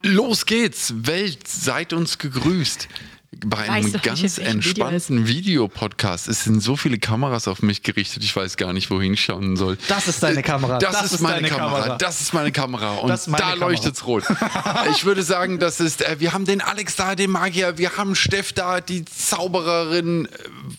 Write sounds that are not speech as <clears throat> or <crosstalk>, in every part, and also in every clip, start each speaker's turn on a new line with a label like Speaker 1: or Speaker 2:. Speaker 1: Los geht's, Welt, seid uns gegrüßt. Bei einem
Speaker 2: Weiß doch nicht,
Speaker 1: ganz
Speaker 2: jetzt welches Video es
Speaker 1: entspannten Videopodcast. Es sind so viele Kameras auf mich gerichtet, ich weiß gar nicht, wohin ich schauen soll. Äh,
Speaker 3: Das ist deine Kamera.
Speaker 1: Das, ist, meine
Speaker 3: deine
Speaker 1: Kamera. Das ist meine Kamera. Und
Speaker 3: Das ist meine
Speaker 1: da
Speaker 3: Kamera.
Speaker 1: leuchtet's
Speaker 3: <laughs>
Speaker 1: rot. Ich würde sagen, das ist, äh, wir haben den Alex da, den Magier, wir haben Steff da, die Zaubererin äh,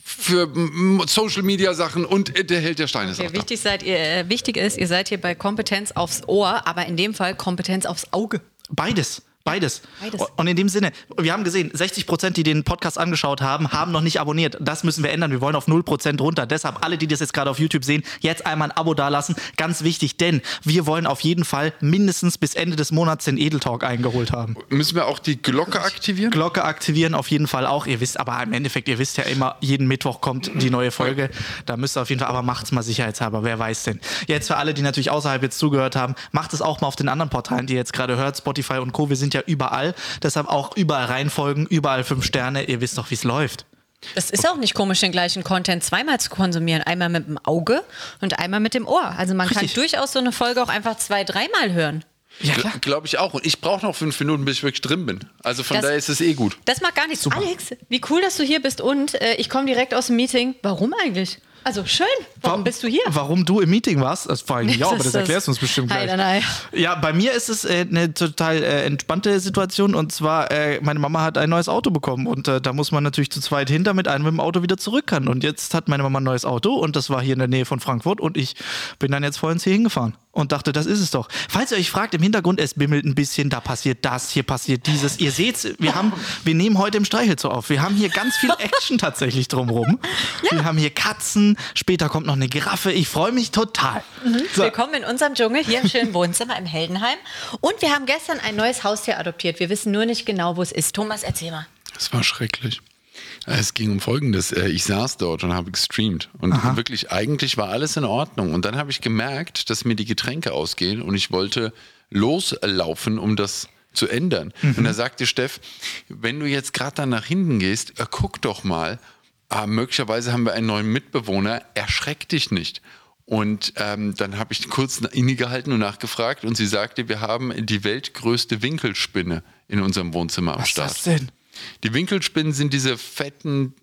Speaker 1: für mm, Social Media Sachen und äh, der Held der Steine ist auch
Speaker 2: Okay,
Speaker 1: da.
Speaker 2: wichtig, seid ihr, äh, wichtig ist, ihr seid hier bei Kompetenz aufs Ohr, aber in dem Fall Kompetenz aufs Auge.
Speaker 3: Beides. Beides.
Speaker 2: Beides.
Speaker 3: Und in dem Sinne, wir haben gesehen, 60 Prozent, die den Podcast angeschaut haben, haben noch nicht abonniert. Das müssen wir ändern. Wir wollen auf 0 Prozent runter. Deshalb, alle, die das jetzt gerade auf YouTube sehen, jetzt einmal ein Abo dalassen. Ganz wichtig, denn wir wollen auf jeden Fall mindestens bis Ende des Monats den Edeltalk eingeholt haben.
Speaker 1: Müssen wir auch die Glocke aktivieren?
Speaker 3: Glocke aktivieren auf jeden Fall auch. Ihr wisst, aber im Endeffekt, ihr wisst ja immer, jeden Mittwoch kommt die neue Folge. Da müsst ihr auf jeden Fall, aber macht's mal sicherheitshalber, wer weiß denn. Jetzt für alle, die natürlich außerhalb jetzt zugehört haben, macht es auch mal auf den anderen Portalen, die ihr jetzt gerade hört, Spotify und Co. Wir sind ja überall. Deshalb auch überall reinfolgen, überall fünf Sterne. Ihr wisst doch, wie's läuft.
Speaker 2: Das ist auch nicht komisch, den gleichen Content zweimal zu konsumieren. Einmal mit dem Auge und einmal mit dem Ohr. Also man kann
Speaker 3: Richtig.
Speaker 2: durchaus so eine Folge auch einfach zwei, dreimal hören.
Speaker 3: Ja,
Speaker 1: Glaube ich auch. Und ich brauche noch fünf Minuten, bis ich wirklich drin bin. Also von
Speaker 2: Das-
Speaker 1: daher ist es eh gut.
Speaker 2: Das mag gar nichts. Alex, wie cool, dass du hier bist und äh, ich komme direkt aus dem Meeting. Warum eigentlich? Also schön, warum bist du hier?
Speaker 3: Warum du im Meeting warst, das
Speaker 2: <laughs>
Speaker 3: frage ich mich
Speaker 2: Das
Speaker 3: auch, aber
Speaker 2: ist
Speaker 3: das erklärst du uns
Speaker 2: das.
Speaker 3: bestimmt
Speaker 2: Hi,
Speaker 3: gleich.
Speaker 2: dann, hi.
Speaker 3: Ja, bei mir ist es äh, eine total äh, entspannte Situation und zwar, äh, meine Mama hat ein neues Auto bekommen und äh, da muss man natürlich zu zweit hin, damit einer mit dem Auto wieder zurück kann. Und jetzt hat meine Mama ein neues Auto und das war hier in der Nähe von Frankfurt und ich bin dann jetzt vorhin hier hingefahren und dachte, das ist es doch. Falls ihr euch fragt, im Hintergrund, es bimmelt ein bisschen, da passiert das, hier passiert dieses. Ihr seht's, wir haben, wir nehmen heute im Streichelzoo auf. Wir haben hier ganz viel Action tatsächlich drumrum. Wir haben hier Katzen, später kommt noch eine Giraffe. Ich freue mich total. So.
Speaker 2: Willkommen in unserem Dschungel, hier im schönen Wohnzimmer im Heldenheim. Und wir haben gestern ein neues Haustier adoptiert. Wir wissen nur nicht genau, wo es ist. Thomas, erzähl mal.
Speaker 1: Das war schrecklich. Es ging um Folgendes. Äh, Ich saß dort und habe gestreamt. Und wirklich, eigentlich war alles in Ordnung. Und dann habe ich gemerkt, dass mir die Getränke ausgehen und ich wollte loslaufen, um das zu ändern.
Speaker 3: Mhm.
Speaker 1: Und da sagte Steff, wenn du jetzt gerade dann nach hinten gehst, äh, guck doch mal. Ah, möglicherweise haben wir einen neuen Mitbewohner. Erschreck dich nicht. Und ähm, dann habe ich kurz innegehalten und nachgefragt und sie sagte, wir haben die weltgrößte Winkelspinne in unserem Wohnzimmer am
Speaker 3: Was ist
Speaker 1: Start.
Speaker 3: das denn?
Speaker 1: Die Winkelspinnen sind diese fetten,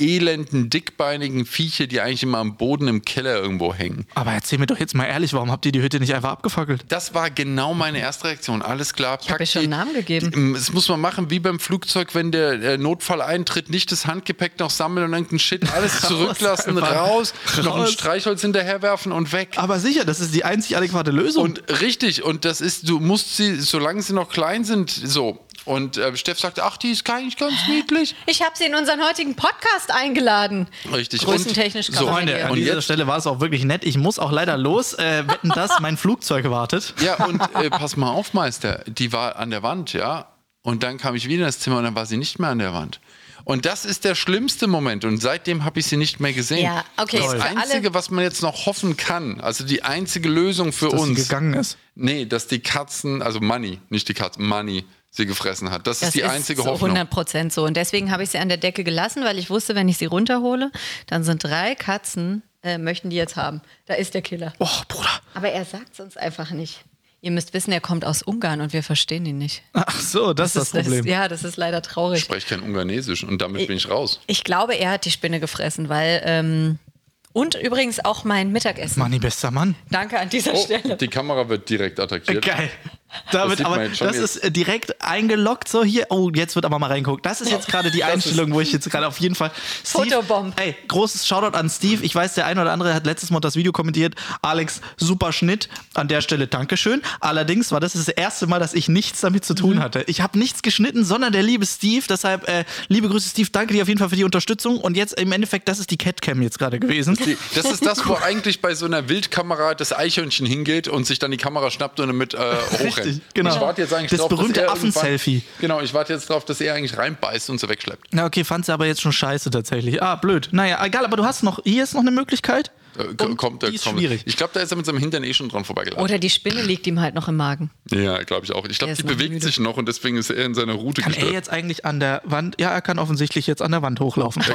Speaker 1: elenden, dickbeinigen Viecher, die eigentlich immer am Boden im Keller irgendwo hängen.
Speaker 3: Aber erzähl mir doch jetzt mal ehrlich, warum habt ihr die Hütte nicht einfach abgefackelt?
Speaker 1: Das war genau meine erste Reaktion. Alles klar,
Speaker 2: hab
Speaker 1: pack
Speaker 2: ihr schon
Speaker 1: die-
Speaker 2: einen Namen gegeben.
Speaker 1: Die, ähm, das muss man machen, wie beim Flugzeug, wenn der äh, Notfall eintritt, nicht das Handgepäck noch sammeln und irgendeinen Shit,
Speaker 2: <laughs>
Speaker 1: alles zurücklassen,
Speaker 3: einfach.
Speaker 1: raus, noch ein
Speaker 3: Raus.
Speaker 1: Streichholz hinterherwerfen und weg.
Speaker 3: Aber sicher, das ist die einzig adäquate Lösung.
Speaker 1: Und richtig, und das ist, du musst sie, solange sie noch klein sind, so. Und äh, Steff sagt, ach, die ist ganz, ganz
Speaker 2: <gasps>
Speaker 1: niedlich.
Speaker 2: Ich habe sie in unseren heutigen Podcast eingeladen.
Speaker 1: Richtig.
Speaker 2: Größentechnisch
Speaker 1: Und-
Speaker 2: kann
Speaker 1: so,
Speaker 2: man
Speaker 3: Freunde,
Speaker 2: hier-
Speaker 3: an
Speaker 1: Und
Speaker 3: dieser
Speaker 1: jetzt-
Speaker 3: Stelle war es auch wirklich nett. Ich muss auch leider los. Äh, wetten, dass <laughs> mein Flugzeug wartet.
Speaker 1: Ja, und äh, pass mal auf, Meister, die war an der Wand, ja. Und dann kam ich wieder in das Zimmer und dann war sie nicht mehr an der Wand. Und das ist der schlimmste Moment und seitdem habe ich sie nicht mehr gesehen.
Speaker 2: Ja, okay,
Speaker 1: Das
Speaker 2: Toll. für alle-
Speaker 1: Einzige, was man jetzt noch hoffen kann, also die einzige Lösung für
Speaker 3: Dass sie
Speaker 1: uns.
Speaker 3: gegangen ist.
Speaker 1: Nee, dass die Katzen, also Money, nicht die Katzen, Money sie gefressen hat. Das, ist die einzige
Speaker 2: so
Speaker 1: Hoffnung.
Speaker 2: 100% so. Und deswegen habe ich sie an der Decke gelassen, weil ich wusste, wenn ich sie runterhole, dann sind drei Katzen, äh, möchten die jetzt haben. Da ist der Killer.
Speaker 3: Oh, Bruder.
Speaker 2: Aber er sagt es uns einfach nicht. Ihr müsst wissen, er kommt aus Ungarn und wir verstehen ihn nicht.
Speaker 3: Ach so, das, ist das Problem.
Speaker 2: ja, das ist leider traurig.
Speaker 1: Ich spreche kein Ungarnesisch und damit bin ich raus.
Speaker 2: Ich glaube, er hat die Spinne gefressen, weil. Ähm, und übrigens auch mein Mittagessen.
Speaker 3: Manni, bester Mann.
Speaker 2: Danke an dieser
Speaker 1: Oh,
Speaker 2: Stelle.
Speaker 1: die Kamera wird direkt attackiert.
Speaker 3: <laughs> Geil. Damit,
Speaker 1: sieht man
Speaker 3: aber
Speaker 1: jetzt schon
Speaker 3: das
Speaker 1: jetzt.
Speaker 3: ist äh, direkt eingeloggt, so hier. Oh, jetzt wird aber mal reingeguckt. Das ist jetzt
Speaker 1: <laughs>
Speaker 3: gerade die Einstellung, wo ich jetzt gerade auf jeden Fall. Steve,
Speaker 2: Fotobomb.
Speaker 3: Ey, großes Shoutout an Steve. Ich weiß, der ein oder andere hat letztes Mal das Video kommentiert. Alex, super Schnitt. An der Stelle Dankeschön. Allerdings war das das erste Mal, dass ich nichts damit zu
Speaker 1: Mhm.
Speaker 3: tun hatte. Ich habe nichts geschnitten, sondern der liebe Steve. Deshalb, äh, liebe Grüße, Steve. Danke dir auf jeden Fall für die Unterstützung. Und jetzt im Endeffekt, das ist die Catcam jetzt gerade gewesen.
Speaker 1: Die- Das ist das, wo eigentlich bei so einer Wildkamera das Eichhörnchen hingeht und sich dann die Kamera schnappt und damit äh, hochrennt.
Speaker 3: genau.
Speaker 1: Ich warte jetzt eigentlich
Speaker 3: Das
Speaker 1: drauf, dass
Speaker 3: berühmte
Speaker 1: er irgendwann-
Speaker 3: Affen-Selfie.
Speaker 1: Genau, ich warte jetzt drauf, dass er eigentlich reinbeißt und sie wegschleppt.
Speaker 3: Na okay, fand sie aber jetzt schon scheiße tatsächlich. Ah, blöd. Naja, egal, aber du hast noch, hier ist noch eine Möglichkeit.
Speaker 1: Äh, ko-
Speaker 3: Und
Speaker 1: kommt,
Speaker 3: die ist
Speaker 1: kommt,
Speaker 3: schwierig.
Speaker 1: Ich glaube, da ist er mit seinem Hintern eh schon dran vorbeigelaufen.
Speaker 2: Oder die Spinne liegt ihm halt noch im Magen.
Speaker 1: Ja, glaube ich auch. Ich glaube,
Speaker 2: Der
Speaker 1: die
Speaker 2: ist noch
Speaker 1: bewegt
Speaker 2: müde.
Speaker 1: sich noch und deswegen ist er in seiner Route
Speaker 3: Kann er
Speaker 1: gestört.
Speaker 3: jetzt eigentlich an der Wand? Ja, er kann offensichtlich jetzt an der Wand hochlaufen. <laughs>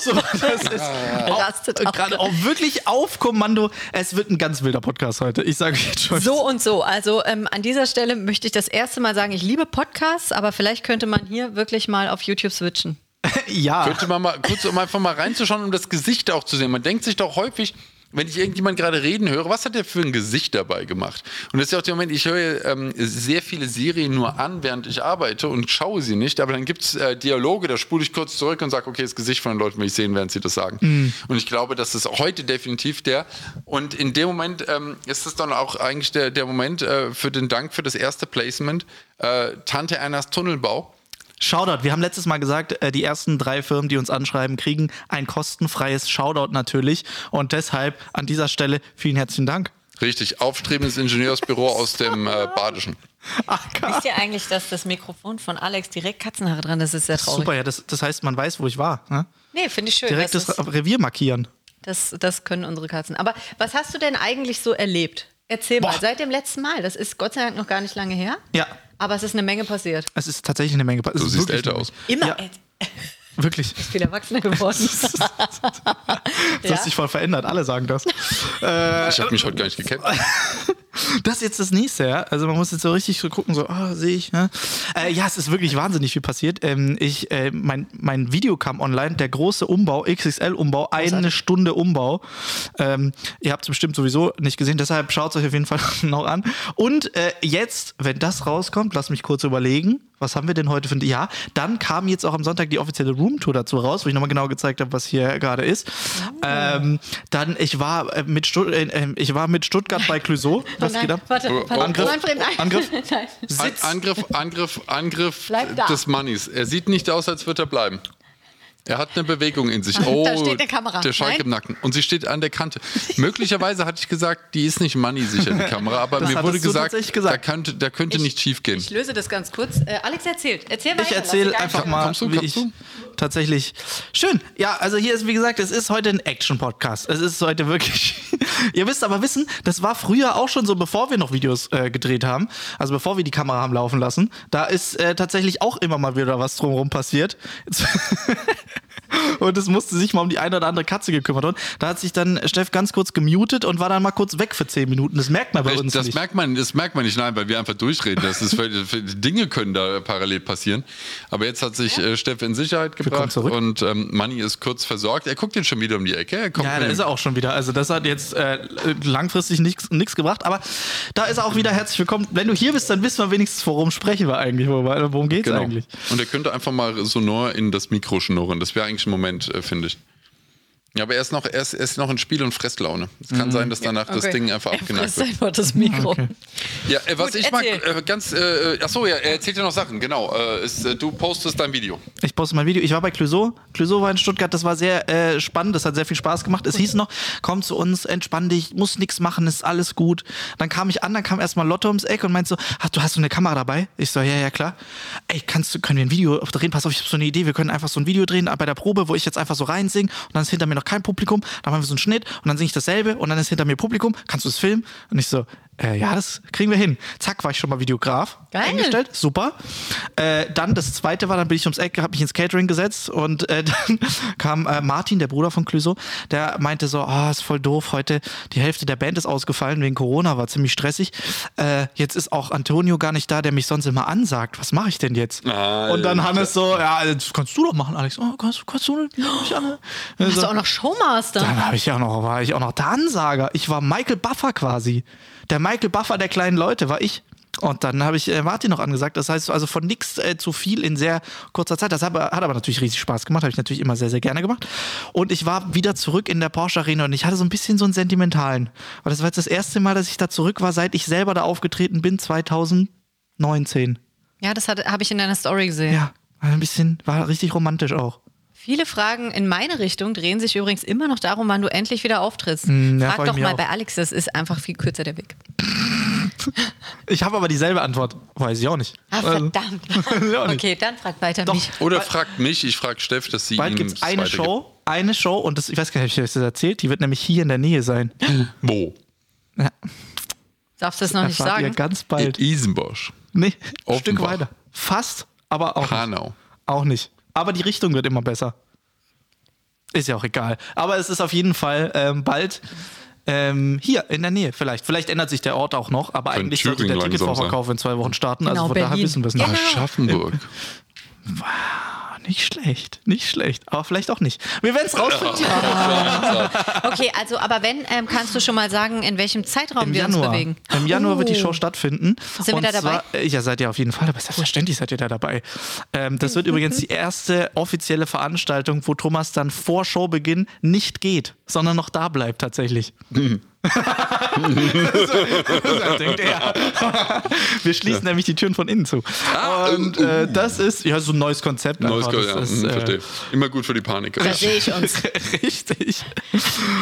Speaker 3: So, das ist
Speaker 2: Rastet
Speaker 3: auch,
Speaker 2: auch.
Speaker 3: gerade auch wirklich auf Kommando. Es wird ein ganz wilder Podcast heute. Ich sage jetzt
Speaker 2: <laughs>
Speaker 3: schon.
Speaker 2: So und so. Also ähm, an dieser Stelle möchte ich das erste Mal sagen, ich liebe Podcasts, aber vielleicht könnte man hier wirklich mal auf YouTube switchen.
Speaker 3: <laughs> Ja.
Speaker 1: Könnte man mal kurz, um einfach mal reinzuschauen, um das Gesicht auch zu sehen. Man denkt sich doch häufig, wenn ich irgendjemand gerade reden höre, was hat der für ein Gesicht dabei gemacht? Und das ist ja auch der Moment, ich höre ähm, sehr viele Serien nur an, während ich arbeite und schaue sie nicht, aber dann gibt es äh, Dialoge, da spule ich kurz zurück und sage, okay, das Gesicht von den Leuten will ich sehen, während sie das sagen. Und ich glaube, das ist heute definitiv der. Und in dem Moment ähm, ist es dann auch eigentlich der, der Moment äh, für den Dank für das erste Placement, äh, Tante Ernas Tunnelbau.
Speaker 3: Shoutout. Wir haben letztes Mal gesagt, äh, die ersten drei Firmen, die uns anschreiben, kriegen ein kostenfreies Shoutout natürlich. Und deshalb an dieser Stelle vielen herzlichen Dank. <laughs>
Speaker 1: Richtig, aufstrebendes Ingenieursbüro aus dem äh, Badischen.
Speaker 3: AK.
Speaker 2: Wisst ihr eigentlich, dass das Mikrofon von Alex direkt Katzenhaare dran ist? Das ist sehr traurig.
Speaker 3: Super, ja, das, das heißt, man weiß, wo ich war. Ne?
Speaker 2: Nee, finde ich schön.
Speaker 3: Direkt
Speaker 2: das,
Speaker 3: das
Speaker 2: ist,
Speaker 3: Revier markieren.
Speaker 2: das, das können unsere Katzen. Aber was hast du denn eigentlich so erlebt? Erzähl mal,
Speaker 3: Boah.
Speaker 2: seit dem letzten Mal. Das ist Gott sei Dank noch gar nicht lange her.
Speaker 3: Ja.
Speaker 2: Aber es ist eine Menge passiert.
Speaker 3: Es ist tatsächlich eine Menge. Du
Speaker 1: siehst älter aus.
Speaker 2: Immer.
Speaker 3: Ja.
Speaker 2: Äh,
Speaker 3: Wirklich.
Speaker 2: <laughs> viel erwachsener geworden.
Speaker 3: Du hast dich voll verändert, alle sagen das.
Speaker 1: Ich habe mich heute gar nicht gekannt.
Speaker 2: Äh,
Speaker 3: Das ist jetzt das nächste, ja. Also man muss jetzt so richtig so gucken, so, ah, sehe ich. Ja? Äh, ja, es ist wirklich wahnsinnig viel passiert. Ähm, ich, äh, mein, mein Video kam online, der große Umbau, XXL-Umbau, eine Stunde Umbau. Ähm, ihr habt es bestimmt sowieso nicht gesehen, deshalb schaut es euch auf jeden Fall <laughs> noch an. Und äh, jetzt, wenn das rauskommt, lass mich kurz überlegen, was haben wir denn heute für ein. Ja, dann kam jetzt auch am Sonntag die offizielle Roomtour dazu raus, wo ich nochmal genau gezeigt habe, was hier gerade ist. Ähm, dann, ich war, äh, mit Stutt äh, äh, ich war mit Stuttgart bei Clouseau. Was
Speaker 2: Nein,
Speaker 3: geht ab?
Speaker 2: Warte,
Speaker 1: Oh,
Speaker 2: warte.
Speaker 1: oh,
Speaker 3: Angriff.
Speaker 2: Manfred, nein.
Speaker 3: Angriff.
Speaker 2: <laughs> Nein.
Speaker 1: Ein
Speaker 3: Sitz.
Speaker 1: Angriff, Angriff, Angriff
Speaker 2: Bleib da.
Speaker 1: des Mannis. Er sieht nicht aus, als würde er bleiben. Er hat eine Bewegung in
Speaker 2: <laughs>
Speaker 1: sich. Oh,
Speaker 2: steht eine Kamera.
Speaker 1: der Schalk
Speaker 2: Nein.
Speaker 1: im Nacken. Und sie steht an der Kante. Möglicherweise hatte ich gesagt, die ist nicht money-sicher, die Kamera. Aber mir
Speaker 3: hattest
Speaker 1: wurde
Speaker 3: du
Speaker 1: gesagt,
Speaker 3: tatsächlich gesagt.
Speaker 1: da könnte, da könnte nicht schief gehen.
Speaker 2: Ich löse das ganz kurz. Äh, Alex erzählt. Erzähl weiter.
Speaker 3: Ich
Speaker 2: lass dich
Speaker 3: erzähle
Speaker 2: gar
Speaker 3: einfach
Speaker 2: nicht
Speaker 3: mal,
Speaker 1: Kommst du,
Speaker 3: wie
Speaker 1: kommst
Speaker 3: ich
Speaker 1: du?
Speaker 3: tatsächlich. Schön. Ja, also hier ist, wie gesagt, es ist heute ein Action-Podcast. Es ist heute wirklich. <laughs> Ihr wisst aber wissen, das war früher auch schon so, bevor wir noch Videos äh, gedreht haben. Also bevor wir die Kamera haben laufen lassen. Da ist äh, tatsächlich auch immer mal wieder was drumherum passiert. <laughs> Jetzt- Und es musste sich mal um die eine oder andere Katze gekümmert werden. Da hat sich dann Steff ganz kurz gemutet und war dann mal kurz weg für 10 Minuten. Das merkt man bei uns
Speaker 1: das
Speaker 3: nicht.
Speaker 1: merkt man, das merkt man nicht, nein, weil wir einfach durchreden. Das ist, völlig- <laughs> Dinge können da parallel passieren. Aber jetzt hat sich äh, Steff in Sicherheit
Speaker 3: kommen
Speaker 1: gebracht
Speaker 3: zurück.
Speaker 1: und ähm, Manni ist kurz versorgt. Er guckt jetzt schon wieder um die Ecke. Er kommt
Speaker 3: Ja,
Speaker 1: mit
Speaker 3: da
Speaker 1: dem-
Speaker 3: ist er auch schon wieder. Also das hat jetzt äh, langfristig nichts gebracht, aber da ist er auch wieder herzlich willkommen. Wenn du hier bist, dann wissen wir wenigstens, worum sprechen wir eigentlich, worüber- worum geht's
Speaker 1: Genau.
Speaker 3: eigentlich.
Speaker 1: Und er könnte einfach mal sonor in das Mikro schnurren. Das wäre eigentlich ein Moment, äh, finde ich. Ja, aber er ist noch, er ist, er ist noch in Spiel- und Fresslaune. Es
Speaker 3: Mhm.
Speaker 1: kann sein, dass danach das
Speaker 2: Okay.
Speaker 1: Ding einfach
Speaker 2: Er
Speaker 1: abgenagt
Speaker 2: frisst
Speaker 1: wird.
Speaker 2: einfach das Mikro.
Speaker 1: Ja, äh, was
Speaker 2: Gut,
Speaker 1: ich mag,
Speaker 2: erzähl.
Speaker 1: äh, ganz, äh, achso, ja, er erzählt ja noch Sachen, genau. Äh, ist, äh, du postest dein Video.
Speaker 3: Ich poste mein Video. Ich war bei Clouseau. Clouseau war in Stuttgart. Das war sehr äh, spannend. Das hat sehr viel Spaß gemacht. Es hieß noch, komm zu uns, entspann dich, muss nichts machen, ist alles gut. Dann kam ich an, dann kam erstmal Lotte ums Eck und meinte so, ach, du hast so eine Kamera dabei? Ich so, ja, ja, klar. Ey, kannst du, können wir ein Video drehen? Pass auf, ich habe so eine Idee. Wir können einfach so ein Video drehen bei der Probe, wo ich jetzt einfach so reinsinge und dann ist hinter mir noch kein Publikum. Dann machen wir so einen Schnitt und dann singe ich dasselbe und dann ist hinter mir Publikum. Kannst du es filmen? Und ich so, äh, ja, das kriegen wir hin. Zack, war ich schon mal Videograf.
Speaker 2: Geil.
Speaker 3: Eingestellt super. Äh, dann das zweite war, dann bin ich ums Eck, habe mich ins Catering gesetzt und äh, <laughs> dann kam äh, Martin, der Bruder von Clüso, der meinte so, ah, ist voll doof, heute die Hälfte der Band ist ausgefallen wegen Corona, war ziemlich stressig. Äh, jetzt ist auch Antonio gar nicht da, der mich sonst immer ansagt. Was mache ich denn jetzt? Und dann Hannes so, ja, das kannst du doch machen, Alex. Oh, kannst, kannst du mich an?
Speaker 2: Hast du
Speaker 3: So,
Speaker 2: auch noch Showmaster?
Speaker 3: dann habe ich ja auch noch, war ich auch noch der Ansager. Ich war Michael Buffer quasi. Der Michael Buffer der kleinen Leute war ich. Und dann habe ich äh, Martin noch angesagt. Das heißt also von nichts äh, zu viel in sehr kurzer Zeit. Das hat, aber- hat aber natürlich riesig Spaß gemacht. Habe ich natürlich immer sehr, sehr gerne gemacht. Und ich war wieder zurück in der Porsche Arena und ich hatte so ein bisschen so einen sentimentalen. Weil das war jetzt das erste Mal, dass ich da zurück war, seit ich selber da aufgetreten bin, 2019.
Speaker 2: Ja, das habe ich in deiner Story gesehen.
Speaker 3: Ja, war ein bisschen, war richtig romantisch auch.
Speaker 2: Viele Fragen in meine Richtung drehen sich übrigens immer noch darum, wann du endlich wieder auftrittst.
Speaker 3: Mm, ja,
Speaker 2: Frag
Speaker 3: frag ich
Speaker 2: doch
Speaker 3: mich
Speaker 2: mal
Speaker 3: auch.
Speaker 2: bei Alex, das ist einfach viel kürzer der Weg.
Speaker 3: Ich habe aber dieselbe Antwort. Weiß ich auch nicht.
Speaker 2: Ah, verdammt.
Speaker 3: <laughs> Ja, nicht.
Speaker 2: okay, dann frag weiter mich.
Speaker 1: Oder fragt mich, ich frage Steff, dass sie
Speaker 3: Bald
Speaker 1: ihm
Speaker 3: gibt es
Speaker 1: das
Speaker 3: eine
Speaker 1: Zweite
Speaker 3: Show eine Show, und das, ich weiß gar nicht, ob ich das erzählt, die wird nämlich hier in der Nähe sein.
Speaker 1: Wo?
Speaker 3: Ja,
Speaker 2: Darfst du das noch nicht
Speaker 3: erfahrt ihr
Speaker 2: sagen?
Speaker 3: ganz bald.
Speaker 1: Isenbosch.
Speaker 3: Nee, ein
Speaker 1: Offenbach.
Speaker 3: Stück weiter. Fast, aber auch nicht.
Speaker 1: Hanau.
Speaker 3: Auch nicht. Aber die Richtung wird immer besser. Ist ja auch egal. Aber es ist auf jeden Fall ähm, bald ähm, hier in der Nähe vielleicht. Vielleicht ändert sich der Ort auch noch, aber
Speaker 1: Könnte
Speaker 3: eigentlich sollte der
Speaker 1: Thüringen langsam
Speaker 3: Ticketvorverkauf in zwei Wochen starten. also
Speaker 2: Genau,
Speaker 3: von daher
Speaker 2: Berlin.
Speaker 3: wissen wir es noch.
Speaker 2: Genau.
Speaker 3: <laughs>
Speaker 1: Aschaffenburg.
Speaker 3: Ah, Nicht schlecht, nicht schlecht. Aber vielleicht auch nicht. Wir werden es
Speaker 1: <laughs>
Speaker 3: rausfinden.
Speaker 2: Okay, also, aber wenn, ähm, kannst du schon mal sagen, in welchem Zeitraum
Speaker 3: Im
Speaker 2: wir uns
Speaker 3: Januar.
Speaker 2: bewegen?
Speaker 3: Im Januar wird die
Speaker 2: Oh.
Speaker 3: Show stattfinden.
Speaker 2: Sind wir da dabei?
Speaker 3: Zwar, äh, ja, seid ihr auf jeden Fall dabei. Selbstverständlich seid ihr da dabei. Ähm, das wird übrigens die erste offizielle Veranstaltung, wo Thomas dann vor Showbeginn nicht geht, sondern noch da bleibt tatsächlich. so, das denkt er. Wir schließen nämlich die Türen von innen zu. Und äh, das ist ja so ein neues Konzept.
Speaker 1: Neues
Speaker 3: einfach.
Speaker 1: Girl,
Speaker 3: Das
Speaker 1: ja.
Speaker 3: ist,
Speaker 1: mhm,
Speaker 3: äh, <laughs>
Speaker 1: verstehe. Immer gut für die Panik.
Speaker 2: Oh, Da sehe ich
Speaker 1: <laughs>
Speaker 2: uns.
Speaker 3: Richtig.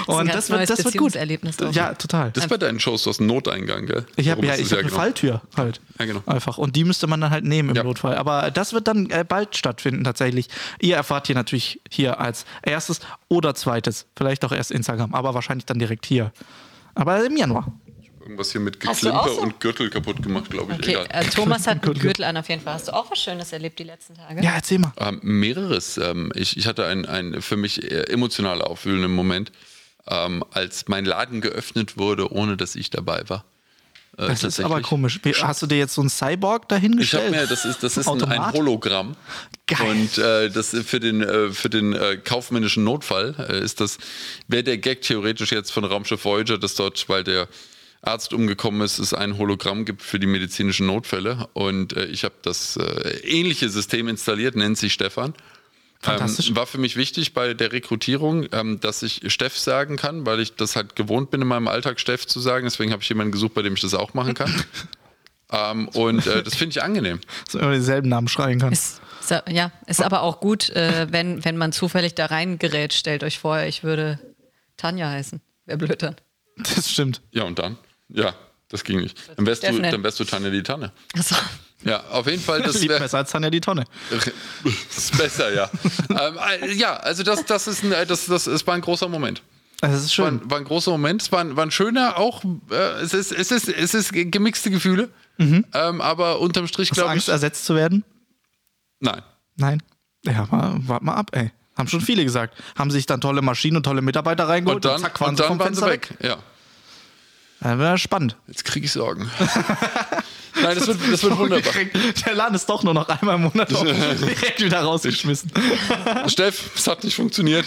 Speaker 3: Und
Speaker 2: ganz neues
Speaker 3: das, wird, das wird gut.
Speaker 2: Beziehungserlebnis auch.
Speaker 3: Ja, total.
Speaker 1: Das ist bei deinen Shows aus dem Noteingang, gell?
Speaker 3: Ich habe
Speaker 1: Darum
Speaker 3: ja,
Speaker 1: hast du
Speaker 3: ich
Speaker 1: es
Speaker 3: hab eine
Speaker 1: genommen.
Speaker 3: Falltür halt.
Speaker 1: Ja, genau.
Speaker 3: Einfach. Und die müsste man dann halt nehmen im
Speaker 1: Ja.
Speaker 3: Notfall. Aber das wird dann äh, bald stattfinden tatsächlich. Ihr erfahrt hier natürlich hier als erstes oder zweites. Vielleicht auch erst Instagram, aber wahrscheinlich dann direkt hier. Aber im Januar.
Speaker 1: Irgendwas hier mit
Speaker 2: Hast du auch
Speaker 1: Geklimper
Speaker 2: so?
Speaker 1: und Gürtel kaputt gemacht, glaube ich.
Speaker 2: Okay,
Speaker 1: Egal.
Speaker 3: also-
Speaker 2: äh, Thomas hat einen Gürtel an, auf jeden Fall. Hast du auch was Schönes erlebt die letzten Tage?
Speaker 3: Ja, erzähl mal.
Speaker 1: Ähm, mehreres. Ähm, ich, ich hatte einen, einen für mich eher emotional aufwühlenden Moment, ähm, als mein Laden geöffnet wurde, ohne dass ich dabei war. Äh,
Speaker 3: Das ist
Speaker 1: tatsächlich.
Speaker 3: aber komisch. Wie- Hast du dir jetzt so einen Cyborg
Speaker 1: Ich habe
Speaker 3: dahingestellt?
Speaker 1: mir, das ist, das ist ein, ein
Speaker 3: Automat?
Speaker 1: Hologramm.
Speaker 3: Geil.
Speaker 1: Und äh, das für den, äh, für den äh, kaufmännischen Notfall äh, ist das, wäre der Gag theoretisch jetzt von Raumschiff Voyager, dass dort, weil der Arzt umgekommen ist, es ein Hologramm gibt für die medizinischen Notfälle. Und äh, ich habe das äh, ähnliche System installiert, nennt sich Stefan.
Speaker 3: Fantastisch.
Speaker 1: Ähm, war für mich wichtig bei der Rekrutierung, ähm, dass ich Steff sagen kann, weil ich das halt gewohnt bin, in meinem Alltag Steff zu sagen. Deswegen habe ich jemanden gesucht, bei dem ich das auch machen kann.
Speaker 3: <laughs>
Speaker 1: ähm, und äh, das finde ich angenehm.
Speaker 3: Dass man immer denselben Namen schreien kann.
Speaker 2: Ist, ist, a- ja, ist aber auch gut, äh, wenn, wenn man zufällig da reingerät. Stellt euch vor, ich würde Tanja heißen. Wäre blöd dann.
Speaker 3: Das stimmt.
Speaker 1: Ja, und dann? Ja, das ging nicht. Dann wärst, du,
Speaker 2: Steffen.
Speaker 1: dann wärst du Tanne die Tanne.
Speaker 2: Also,
Speaker 1: Ja, auf jeden Fall, das
Speaker 3: Das
Speaker 1: wäre
Speaker 3: liebt
Speaker 1: <laughs>
Speaker 3: besser als Tanja die Tonne.
Speaker 1: ist besser,
Speaker 3: <laughs>
Speaker 1: ja. ähm, äh, ja, also das, das, ist ein, äh, das, das, das war ein großer Moment.
Speaker 3: Das ist
Speaker 1: War
Speaker 3: schön.
Speaker 1: ein, war ein großer Moment. Es war ein, war ein schöner, auch äh, es, ist, es, ist, es ist gemixte Gefühle. Ähm, aber unterm Strich
Speaker 3: Mhm. Hast du
Speaker 1: glaube ich.
Speaker 3: Angst, ersetzt zu werden?
Speaker 1: Nein.
Speaker 3: Nein. Ja, mal, wart mal ab, ey. Haben schon viele gesagt. Haben sich dann tolle Maschinen und tolle Mitarbeiter reingeholt
Speaker 1: Und dann,
Speaker 3: Oh, zack, waren
Speaker 1: und
Speaker 3: sie
Speaker 1: dann
Speaker 3: vom
Speaker 1: waren sie
Speaker 3: Fenster
Speaker 1: weg. Ja.
Speaker 3: Dann wäre spannend.
Speaker 1: Jetzt kriege ich
Speaker 3: <laughs>
Speaker 1: Sorgen. Nein, das wird, das wird wunderbar.
Speaker 3: Der Laden ist doch nur noch einmal im
Speaker 1: <laughs>
Speaker 3: Monat offen. direkt wieder rausgeschmissen.
Speaker 1: Steff, es hat nicht
Speaker 3: <laughs>
Speaker 1: funktioniert.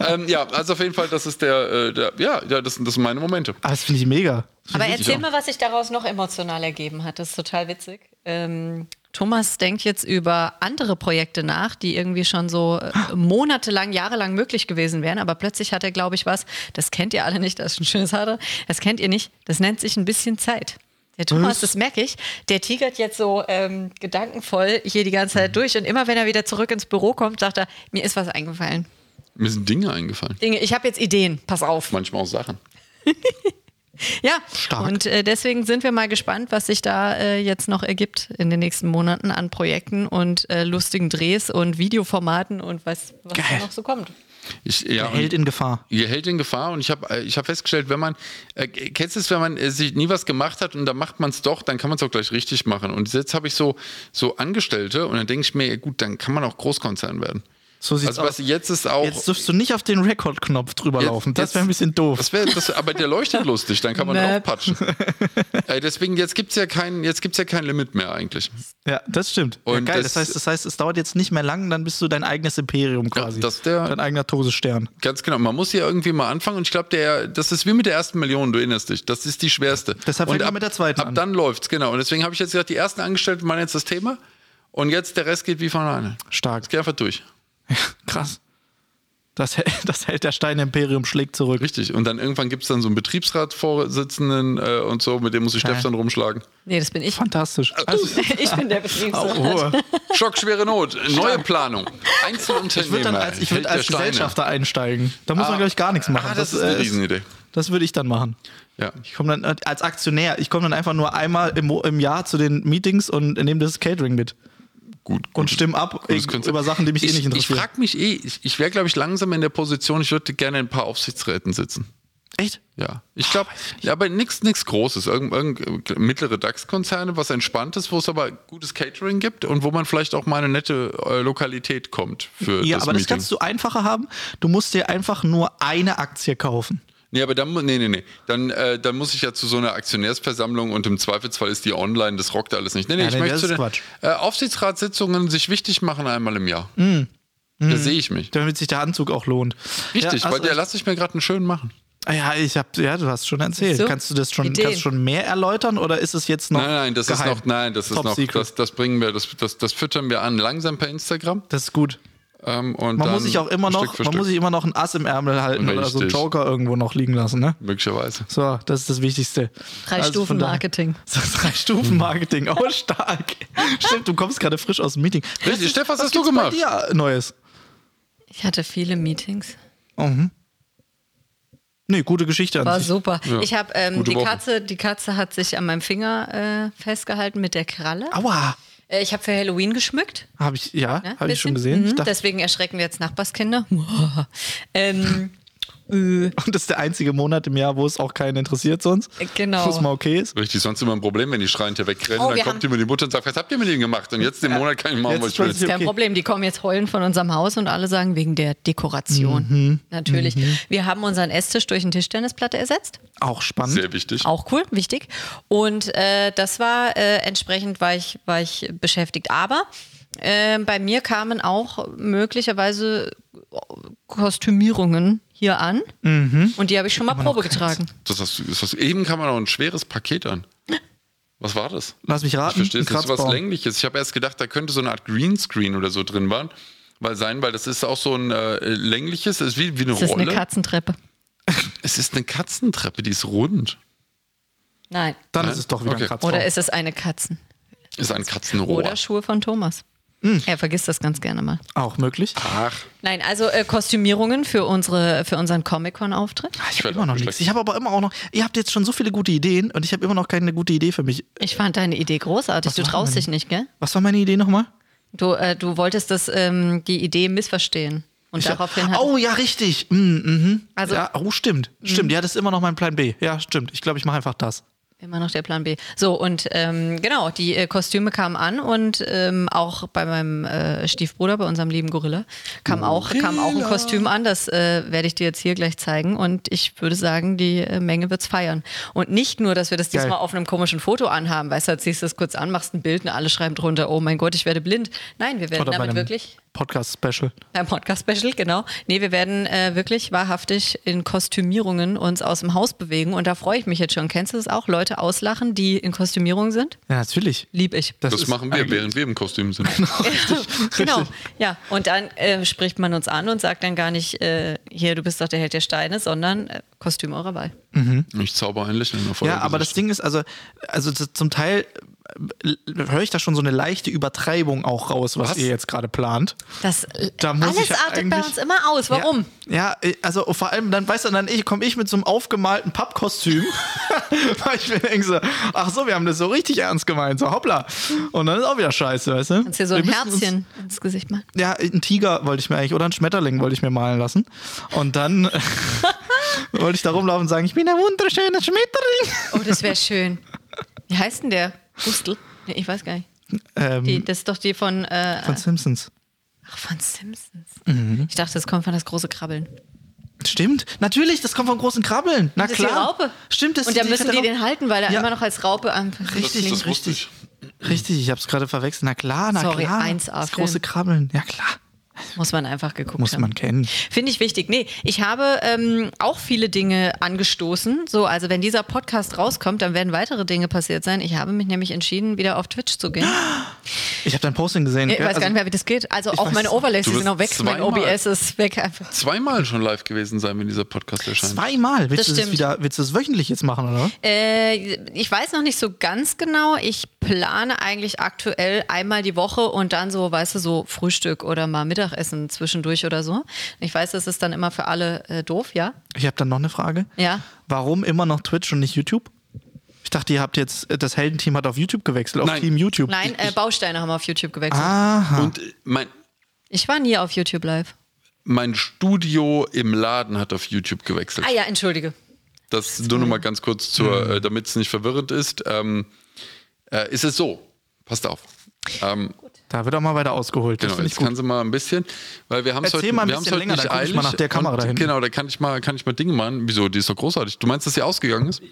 Speaker 1: ähm, ja, also auf jeden Fall, das ist der, äh, der ja, ja das, sind- das sind meine Momente.
Speaker 3: Aber das finde ich mega.
Speaker 2: aber erzähl mal, was sich daraus noch emotional ergeben hat. Das ist total witzig. Ähm, Thomas denkt jetzt über andere Projekte nach, die irgendwie schon so äh, monatelang, jahrelang möglich gewesen wären. Aber plötzlich hat er, glaube ich, was, das kennt ihr alle nicht, das ist ein schönes Haare, das kennt ihr nicht, das nennt sich ein bisschen Zeit. Der Thomas, das merke ich, der tigert jetzt so ähm, gedankenvoll hier die ganze Zeit durch. Und immer wenn er wieder zurück ins Büro kommt, sagt er, mir ist was eingefallen.
Speaker 1: Mir sind Dinge eingefallen.
Speaker 2: Dinge, ich habe jetzt Ideen, pass auf.
Speaker 1: Manchmal auch Sachen.
Speaker 2: Ja,
Speaker 3: Stark.
Speaker 2: und äh, deswegen sind wir mal gespannt, was sich da äh, jetzt noch ergibt in den nächsten Monaten an Projekten und äh, lustigen Drehs und Videoformaten und was, was da
Speaker 3: Geil.
Speaker 2: noch so kommt.
Speaker 1: Ich, ja,
Speaker 3: Held in Gefahr.
Speaker 1: Ihr hält in Gefahr und ich habe ich hab festgestellt, wenn man, äh, kennst du es, wenn man äh, sich nie was gemacht hat und dann macht man es doch, dann kann man es auch gleich richtig machen. Und jetzt habe ich so, so Angestellte und dann denke ich mir, ja gut, dann kann man auch Großkonzern werden.
Speaker 3: So sieht's
Speaker 1: Also was
Speaker 3: aus.
Speaker 1: jetzt ist auch.
Speaker 3: Jetzt dürfst du nicht auf den Rekord-Knopf drüber
Speaker 1: Jetzt-
Speaker 3: laufen. Das
Speaker 1: jetzt-
Speaker 3: wäre ein bisschen doof.
Speaker 1: Das wär, das, aber der leuchtet lustig, dann
Speaker 3: <laughs>
Speaker 1: kann man
Speaker 2: Nö.
Speaker 1: auch patschen. äh, deswegen, jetzt gibt es ja, kein- jetzt gibt's ja kein Limit mehr eigentlich.
Speaker 3: Ja, das stimmt. Ja,
Speaker 1: Und
Speaker 3: geil. Das,
Speaker 1: das-
Speaker 3: heißt, das heißt, es dauert jetzt nicht mehr lang, dann bist du dein eigenes Imperium quasi.
Speaker 1: das der-
Speaker 3: dein eigener Todesstern.
Speaker 1: Ganz genau. Man muss ja irgendwie mal anfangen und ich glaube, der, das ist wie mit der ersten Million, du erinnerst dich. Das ist die schwerste.
Speaker 3: Deshalb
Speaker 1: und
Speaker 3: fängt man mit der zweiten
Speaker 1: Ab
Speaker 3: an.
Speaker 1: dann läuft's, genau. Und deswegen habe ich jetzt gesagt, die ersten Angestellten waren jetzt das Thema und jetzt der Rest geht wie von alleine.
Speaker 3: Stark.
Speaker 1: Es geht einfach durch.
Speaker 3: Krass. Das, <laughs> hält- das hält der Stein Imperium schlägt zurück.
Speaker 1: Richtig. Und dann irgendwann gibt es dann so einen Betriebsratsvorsitzenden äh, und so, mit dem muss ich
Speaker 3: Geil.
Speaker 1: Steff dann rumschlagen.
Speaker 2: Nee, das bin ich.
Speaker 3: Fantastisch. Also,
Speaker 2: <laughs> Ich bin der Betriebsrat.
Speaker 3: oh,
Speaker 1: Schockschwere Not, neue Planung. Einzelunternehmer.
Speaker 3: Ich würde dann als, ich würd
Speaker 1: Held
Speaker 3: als
Speaker 1: der Steine.
Speaker 3: Gesellschafter einsteigen. Da muss man, glaube ich, gar nichts machen.
Speaker 1: Ah, das, ist eine
Speaker 3: äh,
Speaker 1: Riesenidee.
Speaker 3: Das würde ich dann machen.
Speaker 1: Ja.
Speaker 3: Ich komme dann äh, als Aktionär, ich komme dann einfach nur einmal im, Mo- im Jahr zu den Meetings und nehme das Catering mit.
Speaker 1: gut, gut.
Speaker 3: und stimme ab
Speaker 1: gutes
Speaker 3: ig-
Speaker 1: Konzept.
Speaker 3: über Sachen, die mich eh
Speaker 1: ich,
Speaker 3: nicht interessieren.
Speaker 1: Ich frage mich eh, ich, ich wäre, glaube ich, langsam in der Position, ich würde gerne in ein paar Aufsichtsräten sitzen.
Speaker 3: Echt?
Speaker 1: Ja, ich glaube, ja, aber nichts nix Großes. Irgend, irgend, mittlere DAX-Konzerne, was Entspanntes, wo es aber gutes Catering gibt und wo man vielleicht auch mal eine nette äh, Lokalität kommt für
Speaker 3: Ja,
Speaker 1: das
Speaker 3: aber
Speaker 1: Meeting.
Speaker 3: das kannst du einfacher haben. Du musst dir einfach nur eine Aktie kaufen.
Speaker 1: Nee, aber dann, mu- nee, nee, nee. Dann, äh, dann muss ich ja zu so einer Aktionärsversammlung und im Zweifelsfall ist die online, das rockt alles nicht. Nee, nee,
Speaker 3: Ja,
Speaker 1: ich
Speaker 3: nee,
Speaker 1: möchte
Speaker 3: das
Speaker 1: zu
Speaker 3: ist
Speaker 1: den
Speaker 3: Quatsch.
Speaker 1: äh, Aufsichtsratssitzungen sich wichtig machen einmal im
Speaker 3: Mm,
Speaker 1: Jahr. Da sehe ich mich.
Speaker 3: Damit sich der Anzug auch lohnt.
Speaker 1: Richtig,
Speaker 3: ja, also
Speaker 1: weil der
Speaker 3: hast-
Speaker 1: lasse ich mir gerade einen schönen machen.
Speaker 3: Ah ja, ich hab, ja, du hast schon erzählt.
Speaker 2: Siehst du?
Speaker 3: Kannst du das schon,
Speaker 2: Idee.
Speaker 3: kannst du schon mehr erläutern oder ist es jetzt noch?
Speaker 1: Nein, nein, das
Speaker 3: geheim?
Speaker 1: ist noch, nein, das ist
Speaker 3: Top
Speaker 1: noch,
Speaker 3: Secret.
Speaker 1: das, das bringen wir, das, das, das füttern wir an, langsam per Instagram.
Speaker 3: Das ist gut.
Speaker 1: Ähm, und
Speaker 3: Man
Speaker 1: dann
Speaker 3: muss sich auch immer
Speaker 1: Stück
Speaker 3: noch,
Speaker 1: für
Speaker 3: man
Speaker 1: Stück,
Speaker 3: muss sich immer noch ein Ass im Ärmel halten oder so einen
Speaker 1: Richtig.
Speaker 3: Joker irgendwo noch liegen lassen, ne?
Speaker 1: möglicherweise.
Speaker 3: So, das ist das Wichtigste.
Speaker 2: Drei
Speaker 3: Also von
Speaker 2: Stufen
Speaker 3: daher-
Speaker 2: Marketing.
Speaker 3: <laughs> So, Drei Stufen Marketing, oh stark. Stimmt, du kommst gerade frisch aus dem Meeting.
Speaker 1: Richtig, Stefan, was hast du
Speaker 3: gibt's
Speaker 1: gemacht?
Speaker 3: Bei dir Neues.
Speaker 2: Ich hatte viele Meetings.
Speaker 3: Mhm. Nee, gute Geschichte an
Speaker 2: War
Speaker 3: sich.
Speaker 2: super.
Speaker 1: Ja.
Speaker 2: Ich habe ähm,
Speaker 1: Gute
Speaker 2: die
Speaker 1: Woche.
Speaker 2: Katze, die Katze hat sich an meinem Finger äh, festgehalten mit der Kralle.
Speaker 3: Aua,
Speaker 2: Äh, ich habe für Halloween geschmückt.
Speaker 3: habe ich, ja,
Speaker 2: ne,
Speaker 3: habe ich
Speaker 2: bisschen.
Speaker 3: schon gesehen. Ich
Speaker 2: Mhm,
Speaker 3: dachte,
Speaker 2: Deswegen erschrecken wir jetzt Nachbarskinder. <laughs>
Speaker 3: <laughs>
Speaker 2: ähm, äh,
Speaker 3: und das ist der einzige Monat im Jahr, wo es auch keinen interessiert sonst.
Speaker 2: Genau.
Speaker 3: Wo es mal okay ist.
Speaker 1: Richtig, sonst immer ein Problem, wenn die schreiend hier wegrennen,
Speaker 2: Oh,
Speaker 1: dann
Speaker 2: wir
Speaker 1: kommt
Speaker 2: haben-
Speaker 1: immer die Mutter und sagt, was habt ihr mit denen gemacht? Und jetzt den Monat kann ich machen,
Speaker 3: Jetzt
Speaker 1: was ich will.
Speaker 3: ist plötzlich
Speaker 2: Kein
Speaker 3: okay.
Speaker 2: Problem, die kommen jetzt heulen von unserem Haus und alle sagen wegen der Dekoration. Natürlich. Wir haben unseren Esstisch durch eine Tischtennisplatte ersetzt.
Speaker 3: Auch spannend.
Speaker 1: Sehr wichtig.
Speaker 2: Auch cool, wichtig. Und äh, das war äh, entsprechend, war ich, war ich beschäftigt. Aber äh, bei mir kamen auch möglicherweise Kostümierungen hier an. Und die habe ich schon mal Probe getragen.
Speaker 1: Das hast, du- das hast, du- eben kam man noch ein schweres Paket an. Was war das?
Speaker 3: Lass mich raten.
Speaker 1: Ich verstehe es
Speaker 3: ein
Speaker 1: nicht. So was
Speaker 3: Kratzbaum.
Speaker 1: Längliches. Ich habe erst gedacht, da könnte so eine Art Greenscreen oder so drin waren, weil sein, weil das ist auch so ein äh, längliches, ist wie, wie eine
Speaker 2: Das ist
Speaker 1: Rolle.
Speaker 2: eine Katzentreppe.
Speaker 1: es ist eine Katzentreppe, die ist rund.
Speaker 2: Nein.
Speaker 3: Dann
Speaker 1: Nein?
Speaker 3: ist es doch wieder
Speaker 1: Okay.
Speaker 3: ein Kratzbaum.
Speaker 2: Oder ist es eine Katzen?
Speaker 1: Ist ein Katzenrohr.
Speaker 2: Oder Schuhe von Thomas. Er vergisst das ganz gerne mal.
Speaker 3: auch möglich.
Speaker 1: Ach,
Speaker 2: Nein, also äh, Kostümierungen für, unsere, für unseren Comic-Con-Auftritt.
Speaker 3: Ah, Ich
Speaker 1: werd
Speaker 3: habe immer noch
Speaker 1: abgeschleckt.
Speaker 3: nichts. Ich habe aber immer auch noch. Ihr habt jetzt schon so viele gute Ideen und ich habe immer noch keine gute Idee für mich.
Speaker 2: Ich fand deine Idee großartig. du
Speaker 3: machen
Speaker 2: traust
Speaker 3: wir
Speaker 2: dich nicht, gell?
Speaker 3: Was war meine Idee nochmal?
Speaker 2: Du, äh, du wolltest das, ähm, die Idee missverstehen. Und daraufhin hat.
Speaker 3: Oh ja, richtig. Mhm, mhm.
Speaker 2: Also- Mhm.
Speaker 3: ja, oh, stimmt. Stimmt. Ja, das ist immer noch mein Plan B. Ja, stimmt. Ich glaube, ich mache einfach das.
Speaker 2: Immer noch der Plan B. So, und ähm, genau, die äh, Kostüme kamen an und ähm, auch bei meinem äh, Stiefbruder, bei unserem lieben Gorilla, kam, Auch, kam auch ein Kostüm an. Das äh, werde ich dir jetzt hier gleich zeigen. Und ich würde sagen, die äh, Menge wird's feiern. Und nicht nur, dass wir das
Speaker 3: Geil.
Speaker 2: diesmal auf einem komischen Foto anhaben, weißt du, jetzt ziehst du das kurz an, machst ein Bild und alle schreiben drunter, oh mein Gott, ich werde blind. Nein, wir werden
Speaker 3: bei
Speaker 2: Äh, damit
Speaker 3: einem
Speaker 2: wirklich.
Speaker 3: Podcast-Special.
Speaker 2: Beim Podcast-Special, genau. Nee, wir werden äh, wirklich wahrhaftig in Kostümierungen uns aus dem Haus bewegen und da freue ich mich jetzt schon. Kennst du das auch? Leute auslachen, die in Kostümierung sind?
Speaker 3: Ja, natürlich.
Speaker 2: Lieb ich.
Speaker 1: das
Speaker 3: ist
Speaker 1: machen wir,
Speaker 3: eigentlich-
Speaker 1: während wir im Kostüm
Speaker 3: <laughs>
Speaker 1: sind.
Speaker 2: <laughs> genau.
Speaker 3: richtig.
Speaker 2: Ja, und dann äh, spricht man uns an und sagt dann gar nicht, äh, hier, du bist doch der Held der Steine, sondern äh, Kostüm eurer Wahl.
Speaker 1: Ich zauber ein Lächeln auf euer
Speaker 3: Ja, aber das
Speaker 1: Gesicht.
Speaker 3: Ding ist, also, also z- zum Teil äh, l- höre ich da schon so eine leichte Übertreibung auch raus, was,
Speaker 1: Was?
Speaker 3: ihr jetzt gerade plant.
Speaker 2: Das äh,
Speaker 3: Da muss
Speaker 2: alles
Speaker 3: ich ja
Speaker 2: artet bei
Speaker 3: eigentlich-
Speaker 2: uns immer aus. Warum?
Speaker 3: Ja, ja, also vor allem, dann weißt du, dann ich, komme ich mit so einem aufgemalten Pappkostüm. <laughs> weil ich mir denke so, ach so, wir haben das so richtig ernst gemeint, so hoppla. Und dann ist auch wieder scheiße, weißt du?
Speaker 2: Kannst dir so
Speaker 3: Wir
Speaker 2: ein
Speaker 3: müssen uns-
Speaker 2: Herzchen ins Gesicht machen.
Speaker 3: ja, einen Tiger wollte ich mir eigentlich, oder einen Schmetterling wollte ich mir malen lassen.
Speaker 2: <laughs>
Speaker 3: Und dann wollte ich da rumlaufen und sagen, ich bin ein wunderschöner
Speaker 2: <laughs>
Speaker 3: Schmetterling.
Speaker 2: Oh, das wäre schön. Wie heißt denn der? Hustel? Nee, ich weiß gar nicht.
Speaker 3: Ähm,
Speaker 2: Die, das ist doch die von, äh,
Speaker 3: von Simpsons.
Speaker 2: Ach, von Simpsons.
Speaker 3: Mhm.
Speaker 2: Ich dachte, das kommt von das große Krabbeln.
Speaker 3: Stimmt, natürlich, das kommt von großen Krabbeln. Na
Speaker 2: Das ist die
Speaker 3: klar.
Speaker 2: Raupe.
Speaker 3: Stimmt, das
Speaker 2: Und
Speaker 3: ist
Speaker 2: dann müssen die
Speaker 3: fette
Speaker 2: den halten, weil er
Speaker 3: Ja.
Speaker 2: immer noch als Raupe am
Speaker 1: Das, das, das wusste ich.
Speaker 3: Raupe. Richtig, ich hab's gerade verwechselt. Na klar, na
Speaker 2: Sorry,
Speaker 3: klar.
Speaker 2: 1A
Speaker 3: das große
Speaker 2: Film.
Speaker 3: Krabbeln. Ja klar,
Speaker 2: Muss man einfach geguckt
Speaker 3: muss
Speaker 2: haben.
Speaker 3: man kennen.
Speaker 2: Finde ich wichtig. Nee, ich habe ähm, auch viele Dinge angestoßen. So, also wenn dieser Podcast rauskommt, dann werden weitere Dinge passiert sein. Ich habe mich nämlich entschieden, wieder auf Twitch zu gehen.
Speaker 3: Ich habe dein Posting gesehen.
Speaker 2: Ich
Speaker 3: gell?
Speaker 2: weiß gar
Speaker 3: Ah, Also-
Speaker 2: nicht mehr, wie das geht. Also auch
Speaker 3: weiß-
Speaker 2: meine Overlays,
Speaker 1: Du
Speaker 2: die sind
Speaker 1: wirst
Speaker 2: auch weg. Mein
Speaker 1: zweimal-
Speaker 2: OBS ist weg einfach.
Speaker 1: Zweimal schon live gewesen sein, wenn dieser Podcast erscheint.
Speaker 3: Also Zweimal. Willst
Speaker 2: Das
Speaker 3: du das
Speaker 2: stimmt.
Speaker 3: wieder, willst du das wöchentlich jetzt machen, oder?
Speaker 2: Äh, ich weiß noch nicht so ganz genau. Ich plane eigentlich aktuell einmal die Woche und dann so, weißt du, so Frühstück oder mal Mittagessen zwischendurch oder so. Ich weiß, das ist dann immer für alle äh, doof, ja?
Speaker 3: Ich habe dann noch eine Frage.
Speaker 2: Ja.
Speaker 3: Warum immer noch Twitch und nicht YouTube? Ich dachte, ihr habt jetzt, äh, das Heldenteam hat auf YouTube gewechselt, auf
Speaker 1: Nein.
Speaker 3: Team YouTube.
Speaker 2: Nein, äh, Bausteine haben auf YouTube gewechselt.
Speaker 3: Aha.
Speaker 1: Und äh, mein,
Speaker 2: Ich war nie auf YouTube live.
Speaker 1: mein Studio im Laden hat auf YouTube gewechselt.
Speaker 2: Ah ja, entschuldige.
Speaker 1: Das nur noch mal ganz kurz
Speaker 3: Mhm.
Speaker 1: zur, äh, damit es nicht verwirrend ist. Ähm, äh, ist es so? Passt auf. Ähm,
Speaker 3: Da wird auch mal weiter ausgeholt. Das
Speaker 1: genau,
Speaker 3: finde ich
Speaker 1: jetzt
Speaker 3: gut.
Speaker 1: kann sie mal ein bisschen, weil wir haben es
Speaker 3: Erzähl
Speaker 1: heute,
Speaker 3: mal ein
Speaker 1: wir haben's
Speaker 3: bisschen
Speaker 1: heute
Speaker 3: länger,
Speaker 1: nicht
Speaker 3: dann guck ich
Speaker 1: eilig
Speaker 3: mal nach der Kamera
Speaker 1: und,
Speaker 3: da hinten.
Speaker 1: Genau, da kann ich mal, kann ich mal Dinge machen. Wieso? Die ist doch großartig. Du meinst, dass sie ausgegangen ist?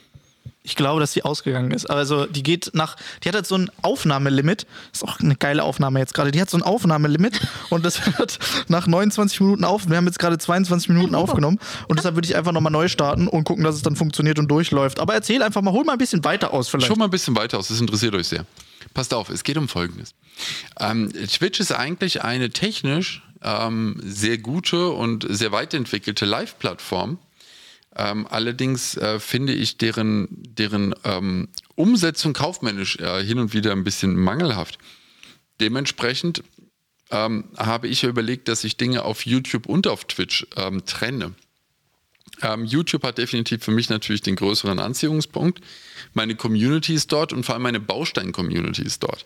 Speaker 3: Ich glaube, dass die ausgegangen ist. Also die geht nach, die hat halt so ein Aufnahmelimit. Ist auch eine geile Aufnahme jetzt gerade. Die hat so ein Aufnahmelimit
Speaker 1: <laughs>
Speaker 3: und das hört nach 29 Minuten auf. Wir haben jetzt gerade 22 Minuten aufgenommen und deshalb würde ich einfach nochmal neu starten und gucken, dass es dann funktioniert und durchläuft. Aber erzähl einfach mal, hol mal ein bisschen weiter aus vielleicht.
Speaker 1: Schon mal ein bisschen weiter aus, das interessiert euch sehr. Passt auf, es geht um Folgendes. Ähm, Twitch ist eigentlich eine technisch ähm, sehr gute und sehr weit entwickelte Live-Plattform. Ähm, allerdings äh, finde ich deren, deren ähm, Umsetzung kaufmännisch äh, hin und wieder ein bisschen mangelhaft. Dementsprechend ähm, habe ich ja überlegt, dass ich Dinge auf YouTube und auf Twitch ähm, trenne. Ähm, YouTube hat definitiv für mich natürlich den größeren Anziehungspunkt. Meine Community ist dort und vor allem meine Baustein-Community ist dort.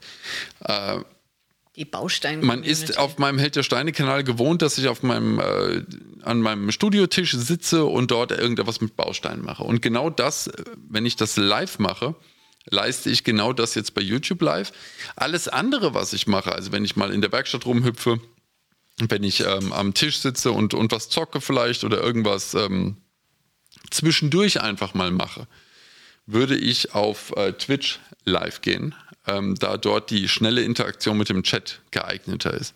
Speaker 2: Die Bausteine.
Speaker 1: Man ist auf meinem Held der Steine-Kanal gewohnt, dass ich auf meinem, äh, an meinem Studiotisch sitze und dort irgendetwas mit Bausteinen mache. Und genau das, äh, wenn ich das live mache, leiste ich genau das jetzt bei YouTube Live. Alles andere, was ich mache, also wenn ich mal in der Werkstatt rumhüpfe, wenn ich ähm, am Tisch sitze und, und was zocke vielleicht oder irgendwas ähm, zwischendurch einfach mal mache, würde ich auf äh, Twitch live gehen, ähm, da dort die schnelle Interaktion mit dem Chat geeigneter ist.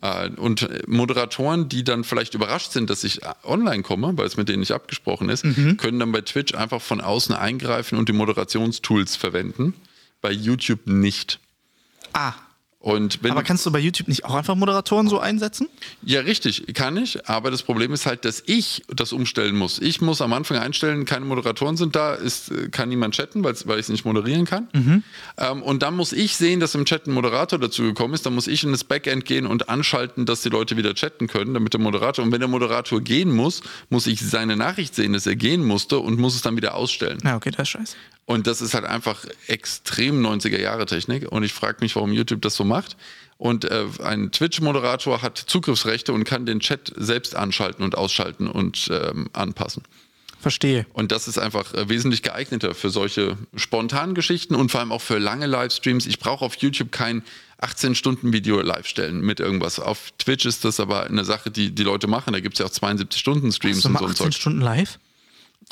Speaker 1: Äh, und Moderatoren, die dann vielleicht überrascht sind, dass ich äh, online komme, weil es mit denen nicht abgesprochen ist, können dann bei Twitch einfach von außen eingreifen und die Moderationstools verwenden. Bei YouTube nicht.
Speaker 3: ah,
Speaker 1: Und wenn
Speaker 3: aber kannst du bei YouTube nicht auch einfach Moderatoren so einsetzen?
Speaker 1: Ja, richtig, kann ich. Aber das Problem ist halt, dass ich das umstellen muss. Ich muss am Anfang einstellen, keine Moderatoren sind da, ist, äh, kann niemand chatten, weil's- weil ich es nicht moderieren kann. Ähm, und dann muss ich sehen, dass im Chat ein Moderator dazugekommen ist. Dann muss ich in das Backend gehen und anschalten, dass die Leute wieder chatten können, damit der Moderator. Und wenn der Moderator gehen muss, muss ich seine Nachricht sehen, dass er gehen musste und muss es dann wieder ausstellen.
Speaker 3: Na, okay, das ist scheiße.
Speaker 1: Und das ist halt einfach extrem 90er-Jahre-Technik. Und ich frage mich, warum YouTube das so macht. Und äh, ein Twitch-Moderator hat Zugriffsrechte und kann den Chat selbst anschalten und ausschalten und ähm, anpassen.
Speaker 3: Verstehe.
Speaker 1: Und das ist einfach äh, wesentlich geeigneter für solche spontanen Geschichten und vor allem auch für lange Livestreams. Ich brauche auf YouTube kein 18-Stunden-Video live stellen mit irgendwas. Auf Twitch ist das aber eine Sache, die die Leute machen. Da gibt es ja auch 72-Stunden-Streams
Speaker 3: Bist du
Speaker 1: und
Speaker 3: mal
Speaker 1: so ein
Speaker 3: 18
Speaker 1: Zeug.
Speaker 3: Stunden live?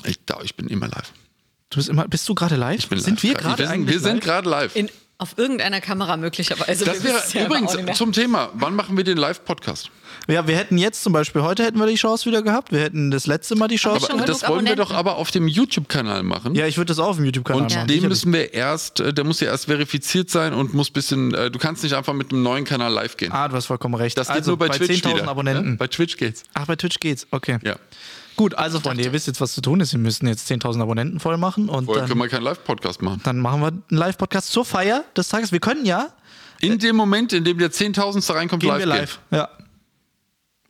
Speaker 1: Ich, da, ich bin immer live.
Speaker 3: Du bist immer, bist du gerade live?
Speaker 1: Ich bin live.
Speaker 3: sind wir
Speaker 1: Wir
Speaker 3: gerade
Speaker 1: sind-
Speaker 3: eigentlich
Speaker 1: Wir sind
Speaker 3: live?
Speaker 1: gerade live.
Speaker 2: in, auf irgendeiner Kamera möglicherweise.
Speaker 1: Das
Speaker 2: Wir
Speaker 1: wäre
Speaker 2: wissen's ja aber auch nicht mehr.
Speaker 1: übrigens zum Thema, wann machen wir den Live-Podcast?
Speaker 3: Ja, wir hätten jetzt zum Beispiel, heute hätten wir die Chance wieder gehabt. Wir hätten das letzte Mal die Chance.
Speaker 2: schon
Speaker 1: Aber das
Speaker 2: genug
Speaker 1: wollen wir
Speaker 2: Abonnenten.
Speaker 1: doch aber auf dem YouTube-Kanal machen.
Speaker 3: ja, ich würde das auch auf dem YouTube-Kanal
Speaker 1: Und
Speaker 3: machen.
Speaker 1: den
Speaker 3: sicherlich.
Speaker 1: müssen wir erst, äh, der muss ja erst verifiziert sein und muss bisschen, äh, du kannst nicht einfach mit einem neuen Kanal live gehen.
Speaker 3: Ah, du hast vollkommen recht.
Speaker 1: Das geht
Speaker 3: also
Speaker 1: nur bei, Twitch
Speaker 3: 10.000
Speaker 1: wieder.
Speaker 3: Abonnenten.
Speaker 1: Ja, bei Twitch geht's.
Speaker 3: Ach, bei Twitch geht's. Okay.
Speaker 1: Ja.
Speaker 3: Gut, also Freunde, ihr wisst jetzt, was zu tun ist. Wir müssen jetzt 10.000 Abonnenten voll machen und
Speaker 1: Vorher können
Speaker 3: dann,
Speaker 1: wir keinen Live-Podcast machen.
Speaker 3: dann machen wir einen Live-Podcast zur Feier des Tages. Wir können ja,
Speaker 1: In dem Moment, in dem der Zehntausendste reinkommt,
Speaker 3: Äh, gehen
Speaker 1: live,
Speaker 3: wir live.
Speaker 1: Gehen.
Speaker 3: Ja.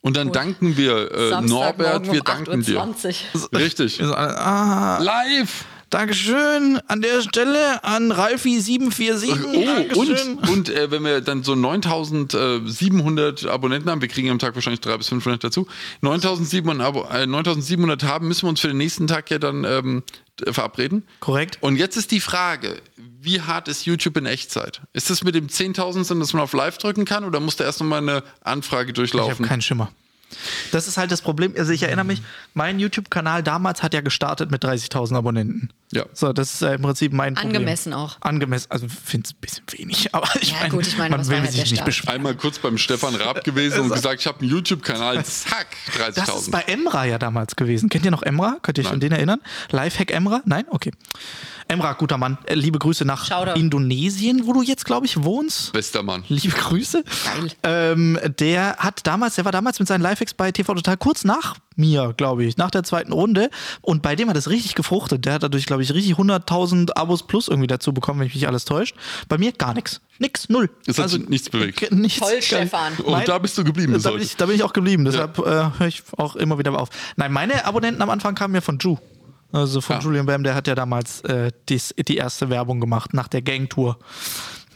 Speaker 1: Und dann danken wir äh, Norbert,
Speaker 2: Samstagmorgen
Speaker 1: wir
Speaker 2: um
Speaker 1: danken dir.
Speaker 2: 8.20 Uhr.
Speaker 1: Richtig.
Speaker 3: Also, ah,
Speaker 1: Live!
Speaker 3: Dankeschön an der Stelle an
Speaker 1: Oh,
Speaker 3: Ralfi747.
Speaker 1: und, und äh, wenn wir dann so 9700 Abonnenten haben, wir kriegen am Tag wahrscheinlich 300 bis 500 dazu, 9700, Abo, äh, 9700 haben, müssen wir uns für den nächsten Tag ja dann ähm, äh, verabreden.
Speaker 3: Korrekt.
Speaker 1: Und jetzt ist die Frage, wie hart ist YouTube in Echtzeit? Ist das mit dem 10.000, dass man auf Live drücken kann oder muss da erst nochmal eine Anfrage
Speaker 3: Ich habe
Speaker 1: durchlaufen?
Speaker 3: keinen Schimmer. Das ist halt das Problem. Also ich erinnere mich, mein YouTube-Kanal damals hat ja gestartet mit 30.000 Abonnenten.
Speaker 1: Ja.
Speaker 3: So, das ist äh, im Prinzip mein Problem.
Speaker 2: Angemessen auch.
Speaker 3: Angemessen, also finde es ein bisschen wenig. <laughs> Aber ich
Speaker 2: Ja,
Speaker 3: meine,
Speaker 2: gut, ich meine,
Speaker 3: man
Speaker 2: was
Speaker 3: will
Speaker 2: war halt
Speaker 3: sich
Speaker 2: der
Speaker 3: nicht
Speaker 2: Start?
Speaker 3: beschweren.
Speaker 1: Einmal kurz beim Stefan
Speaker 3: <laughs>
Speaker 1: Raab gewesen und gesagt, ich habe einen YouTube-Kanal, zack,
Speaker 3: Das ist
Speaker 1: 30.000.
Speaker 3: bei Emra ja damals gewesen. Kennt ihr noch Emra? Könnt ihr euch an den erinnern? Lifehack Emra? Nein? Okay. Emra, guter Mann. Äh, Liebe Grüße nach
Speaker 2: Shoutout.
Speaker 3: Indonesien, wo du jetzt, glaube ich, wohnst.
Speaker 1: Bester Mann.
Speaker 3: Liebe Grüße. Ähm, der hat damals, der war damals mit seinen Lifehacks bei TV Total kurz nach mir, glaube ich, nach der zweiten Runde. Und bei dem hat es richtig gefruchtet. Der hat dadurch, glaube ich, richtig 100.000 Abos plus irgendwie dazu bekommen, wenn ich mich alles täuscht. Bei mir gar nichts. Nix, null. Also, äh,
Speaker 1: Es hat sich nichts bewegt.
Speaker 3: g- Nichts.
Speaker 2: Toll, Stefan.
Speaker 1: Und
Speaker 3: Mein-
Speaker 1: da bist du geblieben bis
Speaker 3: da bin,
Speaker 1: heute.
Speaker 3: ich, da bin ich auch geblieben, deshalb äh, höre ich auch immer wieder auf. Nein, meine Abonnenten am Anfang kamen ja von Ju. Also von
Speaker 1: Ja.
Speaker 3: Julian Bam, der hat ja damals äh, dies, die erste Werbung gemacht nach der Gangtour.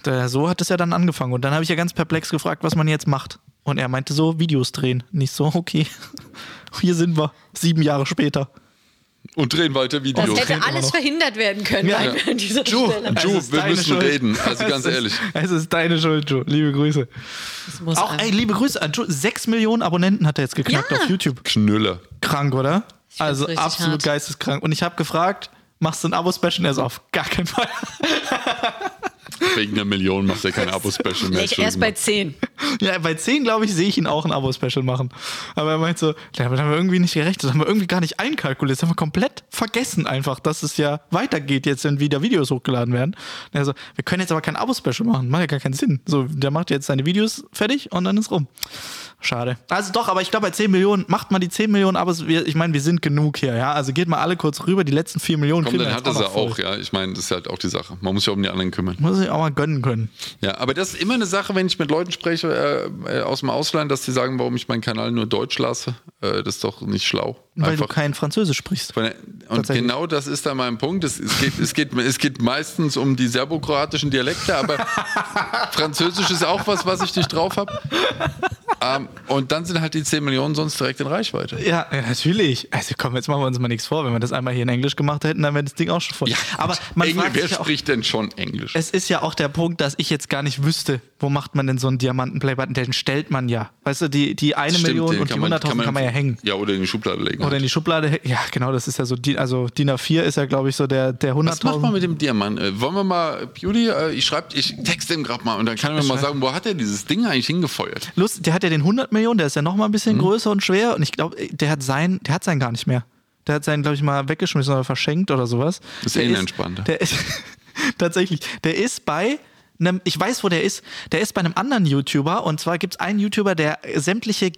Speaker 3: Da, so hat es ja dann angefangen. Und dann habe ich ja ganz perplex gefragt, was man jetzt macht. Und er meinte so, Videos drehen. Nicht so, <laughs> okay. Hier sind wir, sieben Jahre später.
Speaker 1: Und drehen weiter
Speaker 2: Das
Speaker 1: Videos.
Speaker 2: hätte
Speaker 3: immer
Speaker 2: alles
Speaker 3: noch.
Speaker 2: verhindert werden können
Speaker 3: Ja.
Speaker 2: an
Speaker 1: Ja.
Speaker 2: dieser
Speaker 3: Ju.
Speaker 2: Stelle.
Speaker 3: Es
Speaker 1: Ju,
Speaker 3: ist
Speaker 1: wir
Speaker 3: deine
Speaker 1: müssen
Speaker 3: Schuld.
Speaker 1: reden. Also ganz
Speaker 3: <laughs> es
Speaker 1: ehrlich.
Speaker 3: Ist, es ist deine Schuld, Joe. Liebe Grüße.
Speaker 2: Das muss
Speaker 3: Auch,
Speaker 2: einfach-
Speaker 3: ey, liebe Grüße an Joe. Sechs Millionen Abonnenten hat er jetzt geknackt
Speaker 2: Ja.
Speaker 3: auf YouTube.
Speaker 1: Knüller.
Speaker 3: Krank, oder?
Speaker 2: find's
Speaker 3: Also
Speaker 2: richtig
Speaker 3: absolut
Speaker 2: hart.
Speaker 3: geisteskrank. Und ich habe gefragt, machst du ein Abo-Special? Er ist auf gar keinen Fall. <laughs>
Speaker 1: Wegen der Million macht er kein Abo-Special mehr.
Speaker 2: ich erst bei
Speaker 1: Entschuldigung.
Speaker 2: 10.
Speaker 3: Ja, bei 10, glaube ich, sehe ich ihn auch ein Abo-Special machen. Aber er meint so, ja, aber da haben wir irgendwie nicht gerechnet, das haben wir irgendwie gar nicht einkalkuliert, das haben wir komplett vergessen einfach, dass es ja weitergeht jetzt, wenn wieder Videos hochgeladen werden. Und er so, wir können jetzt aber kein Abo-Special machen, macht ja gar keinen Sinn. So, der macht jetzt seine Videos fertig und dann ist rum. Schade. Also doch, aber ich glaube, bei 10 Millionen, macht mal die 10 Millionen Abos, wir, ich meine, wir sind genug hier, ja. Also geht mal alle kurz rüber, die letzten 4 Millionen
Speaker 1: Komm,
Speaker 3: kriegen
Speaker 1: dann
Speaker 3: wir
Speaker 1: hat
Speaker 3: jetzt
Speaker 1: es er
Speaker 3: noch voll.
Speaker 1: auch, ja. Ich meine, das ist halt auch die Sache. Man muss sich auch um die anderen kümmern.
Speaker 3: Muss ich auch mal gönnen können.
Speaker 1: Ja, aber das ist immer eine Sache, wenn ich mit Leuten spreche äh, äh, aus dem Ausland, dass die sagen, warum ich meinen Kanal nur Deutsch lasse. Äh, das ist doch nicht schlau.
Speaker 3: Weil du kein Französisch sprichst.
Speaker 1: Von der- Und
Speaker 3: Tatsächlich.
Speaker 1: genau das ist da mein Punkt. Es, es, geht, es, geht, es geht meistens um die serbokroatischen Dialekte,
Speaker 3: <laughs>
Speaker 1: aber Französisch ist auch was, was ich nicht drauf habe. Ähm, und dann sind halt die 10 Millionen sonst direkt in Reichweite.
Speaker 3: Ja, ja, natürlich. Also komm, jetzt machen wir uns mal nichts vor. Wenn wir das einmal hier in Englisch gemacht hätten, dann wäre das Ding auch schon voll. aber man
Speaker 1: Engl-
Speaker 3: fragt
Speaker 1: wer
Speaker 3: sich ja auch,
Speaker 1: spricht denn schon Englisch?
Speaker 3: es ist ja auch der Punkt, dass ich jetzt gar nicht wüsste, wo macht man denn so einen Diamanten-Playbutton? Den stellt man ja. Weißt du, die, die eine
Speaker 1: Stimmt,
Speaker 3: Million
Speaker 1: den
Speaker 3: und die 100.000 kann, man ja hängen.
Speaker 1: Ja, oder in die Schublade legen.
Speaker 3: Oder in
Speaker 1: halt.
Speaker 3: die Schublade hängen. Ja, genau, das ist ja so, die, also DIN A4 ist ja, glaube ich, so der, der
Speaker 1: Was macht man
Speaker 3: 100.000.
Speaker 1: mit dem Diamant? Äh, Wollen wir mal, Beauty, äh, ich schreibe, ich texte ihm gerade mal und dann kann er mir mal sagen, wo hat er dieses Ding eigentlich hingefeuert?
Speaker 3: Lust, der hat ja den 100 Millionen, der ist ja noch mal ein
Speaker 1: Mhm.
Speaker 3: bisschen größer und schwer und ich glaube, der hat sein, der hat seinen gar nicht mehr. Der hat seinen, glaube ich, mal weggeschmissen oder verschenkt oder sowas.
Speaker 1: Ist
Speaker 3: der
Speaker 1: eh ein entspannter.
Speaker 3: Der ist, <laughs> tatsächlich, der ist bei einem, ich weiß, wo der ist, der ist bei einem anderen YouTuber und zwar gibt es einen YouTuber, der sämtliche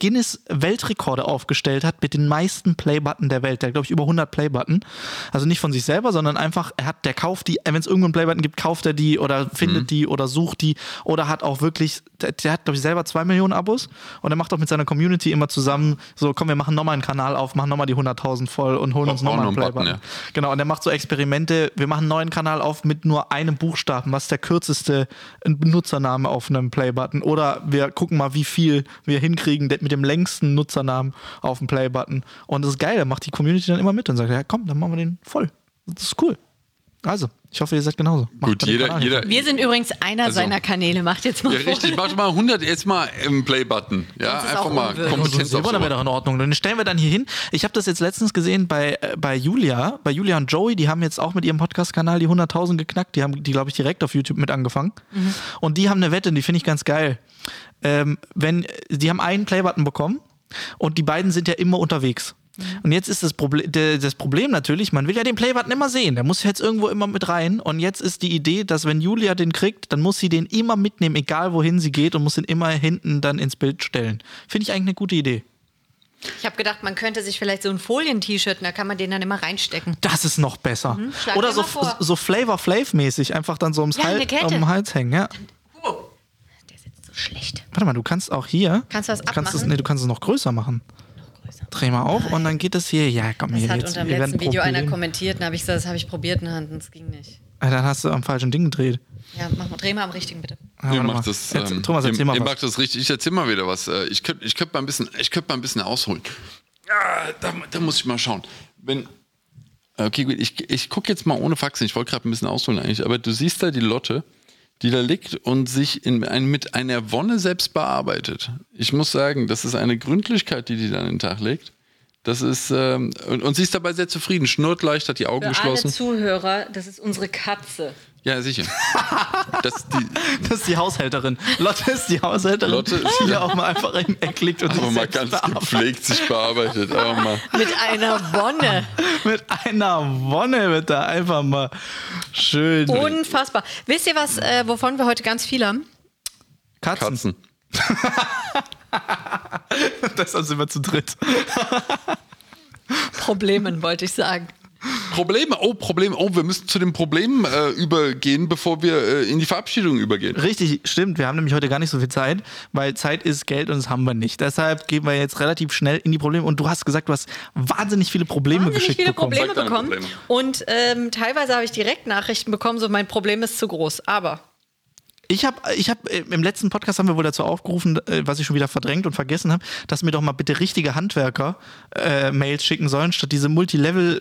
Speaker 3: Guinness-Weltrekorde aufgestellt hat mit den meisten Playbutton der Welt. Der hat, glaube ich, über 100 Playbutton. Also nicht von sich selber, sondern einfach, er hat, der kauft die, wenn es irgendeinen Playbutton gibt, kauft er die oder findet
Speaker 1: Mhm.
Speaker 3: die oder sucht die oder hat auch wirklich, der, der hat, glaube ich, selber 2 Millionen Abos und er macht auch mit seiner Community immer zusammen so, komm, wir machen nochmal einen Kanal auf, machen nochmal die 100.000 voll und holen uns
Speaker 1: Brauchen
Speaker 3: nochmal einen
Speaker 1: noch einen Button,
Speaker 3: Playbutton. Genau, und er macht so Experimente. Wir machen einen neuen Kanal auf mit nur einem Buchstaben. Was ist der kürzeste Benutzername auf einem Playbutton? Oder wir gucken mal, wie viel wir hinkriegen mit dem längsten Nutzernamen auf dem Playbutton. Und das ist geil. Da macht die Community dann immer mit und sagt: Ja, komm, dann machen wir den voll. Das ist cool. Also, ich hoffe, ihr seid genauso. Macht
Speaker 1: Gut,
Speaker 3: bei dem
Speaker 1: jeder,
Speaker 3: Kanal hier.
Speaker 1: jeder,
Speaker 2: Wir sind übrigens einer
Speaker 1: Also-
Speaker 2: seiner Kanäle. Macht jetzt mal
Speaker 1: Ja,
Speaker 2: vor.
Speaker 1: richtig. Mach mal 100 jetzt mal im Play-Button. Ja,
Speaker 2: Sonst ist
Speaker 1: einfach
Speaker 2: auch
Speaker 1: mal
Speaker 2: unwürdig.
Speaker 1: Kompetenz
Speaker 3: Silber, dann wäre
Speaker 1: aufzubauen.
Speaker 3: doch in Ordnung. Dann stellen wir dann hier hin. Ich habe das jetzt letztens gesehen bei, äh, bei Julia, bei Julia und Joey, die haben jetzt auch mit ihrem Podcast-Kanal die 100.000 geknackt. Die haben die, glaube ich, direkt auf YouTube mit angefangen. Und die haben eine Wette, die finde ich ganz geil. Ähm, wenn, die haben einen Playbutton bekommen und die beiden sind ja immer unterwegs. Und jetzt ist das Problem, de- das Problem natürlich, man will ja den Playbutton immer sehen. Der muss jetzt irgendwo immer mit rein. Und jetzt ist die Idee, dass wenn Julia den kriegt, dann muss sie den immer mitnehmen, egal wohin sie geht und muss den immer hinten dann ins Bild stellen. Finde ich eigentlich eine gute Idee.
Speaker 2: Ich habe gedacht, man könnte sich vielleicht so ein Folien-T-Shirt, da kann man den dann immer reinstecken.
Speaker 3: Das ist noch besser.
Speaker 2: Mhm, schlag
Speaker 3: Oder
Speaker 2: dir
Speaker 3: so,
Speaker 2: mal vor.
Speaker 3: so Flavor Flav mäßig einfach dann so ums
Speaker 2: Ja, eine
Speaker 3: Hals, um
Speaker 2: Kette.
Speaker 3: den Hals hängen. Ja.
Speaker 2: Wow. Der sitzt so schlecht.
Speaker 3: Warte mal, du kannst auch hier.
Speaker 2: Kannst du das
Speaker 3: kannst es,
Speaker 2: abmachen?
Speaker 3: nee, du kannst es noch größer machen. Dreh mal auf und dann geht es hier. Ja, komm
Speaker 2: Das
Speaker 3: hier.
Speaker 2: hat
Speaker 3: jetzt,
Speaker 2: unter dem
Speaker 3: wir werden
Speaker 2: letzten Video
Speaker 3: Problem.
Speaker 2: einer kommentiert, und habe ich gesagt, das habe ich probiert in Hand und es ging nicht.
Speaker 3: Ah, Dann hast du am falschen Ding gedreht.
Speaker 2: Ja, mach mal, dreh mal am richtigen bitte.
Speaker 3: Ja,
Speaker 1: Ihr
Speaker 3: warte mal.
Speaker 1: macht das,
Speaker 3: Jetzt,
Speaker 1: ähm,
Speaker 3: Thomas,
Speaker 1: ihr-
Speaker 3: erzähl mal
Speaker 1: ihr
Speaker 3: was.
Speaker 1: macht das richtig. Ich erzähl mal wieder was. Äh, Ich könnte ich könnt mal, ein bisschen- ich könnt mal ein bisschen ausholen. Ah, da, da muss ich mal schauen. Wenn, okay, gut. Ich, ich gucke jetzt mal ohne Faxen. Ich wollte gerade ein bisschen ausholen eigentlich. Aber du siehst da die Lotte, die da liegt und sich in ein, mit einer Wonne selbst bearbeitet. Ich muss sagen, das ist eine Gründlichkeit, die die da an den Tag legt. Das ist, ähm, und, und sie ist dabei sehr zufrieden. Schnurrt leicht, hat die Augen geschlossen.
Speaker 2: Zuhörer, das ist unsere Katze.
Speaker 1: Ja, sicher. das, die,
Speaker 3: Das ist die Haushälterin. Lotte ist die Haushälterin,
Speaker 1: Lotte ist
Speaker 3: die
Speaker 1: die-
Speaker 3: ja auch mal einfach in den Eck liegt und
Speaker 1: aber
Speaker 3: sich
Speaker 1: mal
Speaker 3: selbst
Speaker 1: ganz
Speaker 3: bearbeitet.
Speaker 1: gepflegt sich bearbeitet. Oh Aber mal.
Speaker 2: <laughs> Mit einer Wonne.
Speaker 3: Mit einer Wonne wird da einfach mal
Speaker 2: <laughs>
Speaker 3: schön.
Speaker 2: Oh, Unfassbar. Wisst ihr was, äh, wovon wir heute ganz viel haben?
Speaker 3: Katzen.
Speaker 1: Katzen.
Speaker 3: <laughs> Deshalb sind wir zu dritt.
Speaker 2: Problemen, wollte ich sagen.
Speaker 1: Probleme, oh, Probleme, oh, wir müssen zu den Problemen äh, übergehen, bevor wir äh, in die Verabschiedung übergehen.
Speaker 3: Richtig, stimmt. Wir haben nämlich heute gar nicht so viel Zeit, weil Zeit ist Geld und das haben wir nicht. Deshalb gehen wir jetzt relativ schnell in die Probleme. Und du hast gesagt, du hast wahnsinnig viele Probleme
Speaker 2: wahnsinnig
Speaker 3: geschickt
Speaker 2: viele
Speaker 3: bekommen.
Speaker 2: Probleme
Speaker 1: Sag deine
Speaker 2: bekommen.
Speaker 1: Probleme.
Speaker 2: Und ähm, teilweise habe ich direkt Nachrichten bekommen, so mein Problem ist zu groß. Aber
Speaker 3: Ich habe, ich hab, äh, im letzten Podcast haben wir wohl dazu aufgerufen, äh, was ich schon wieder verdrängt und vergessen habe, dass mir doch mal bitte richtige Handwerker äh, Mails schicken sollen, statt diese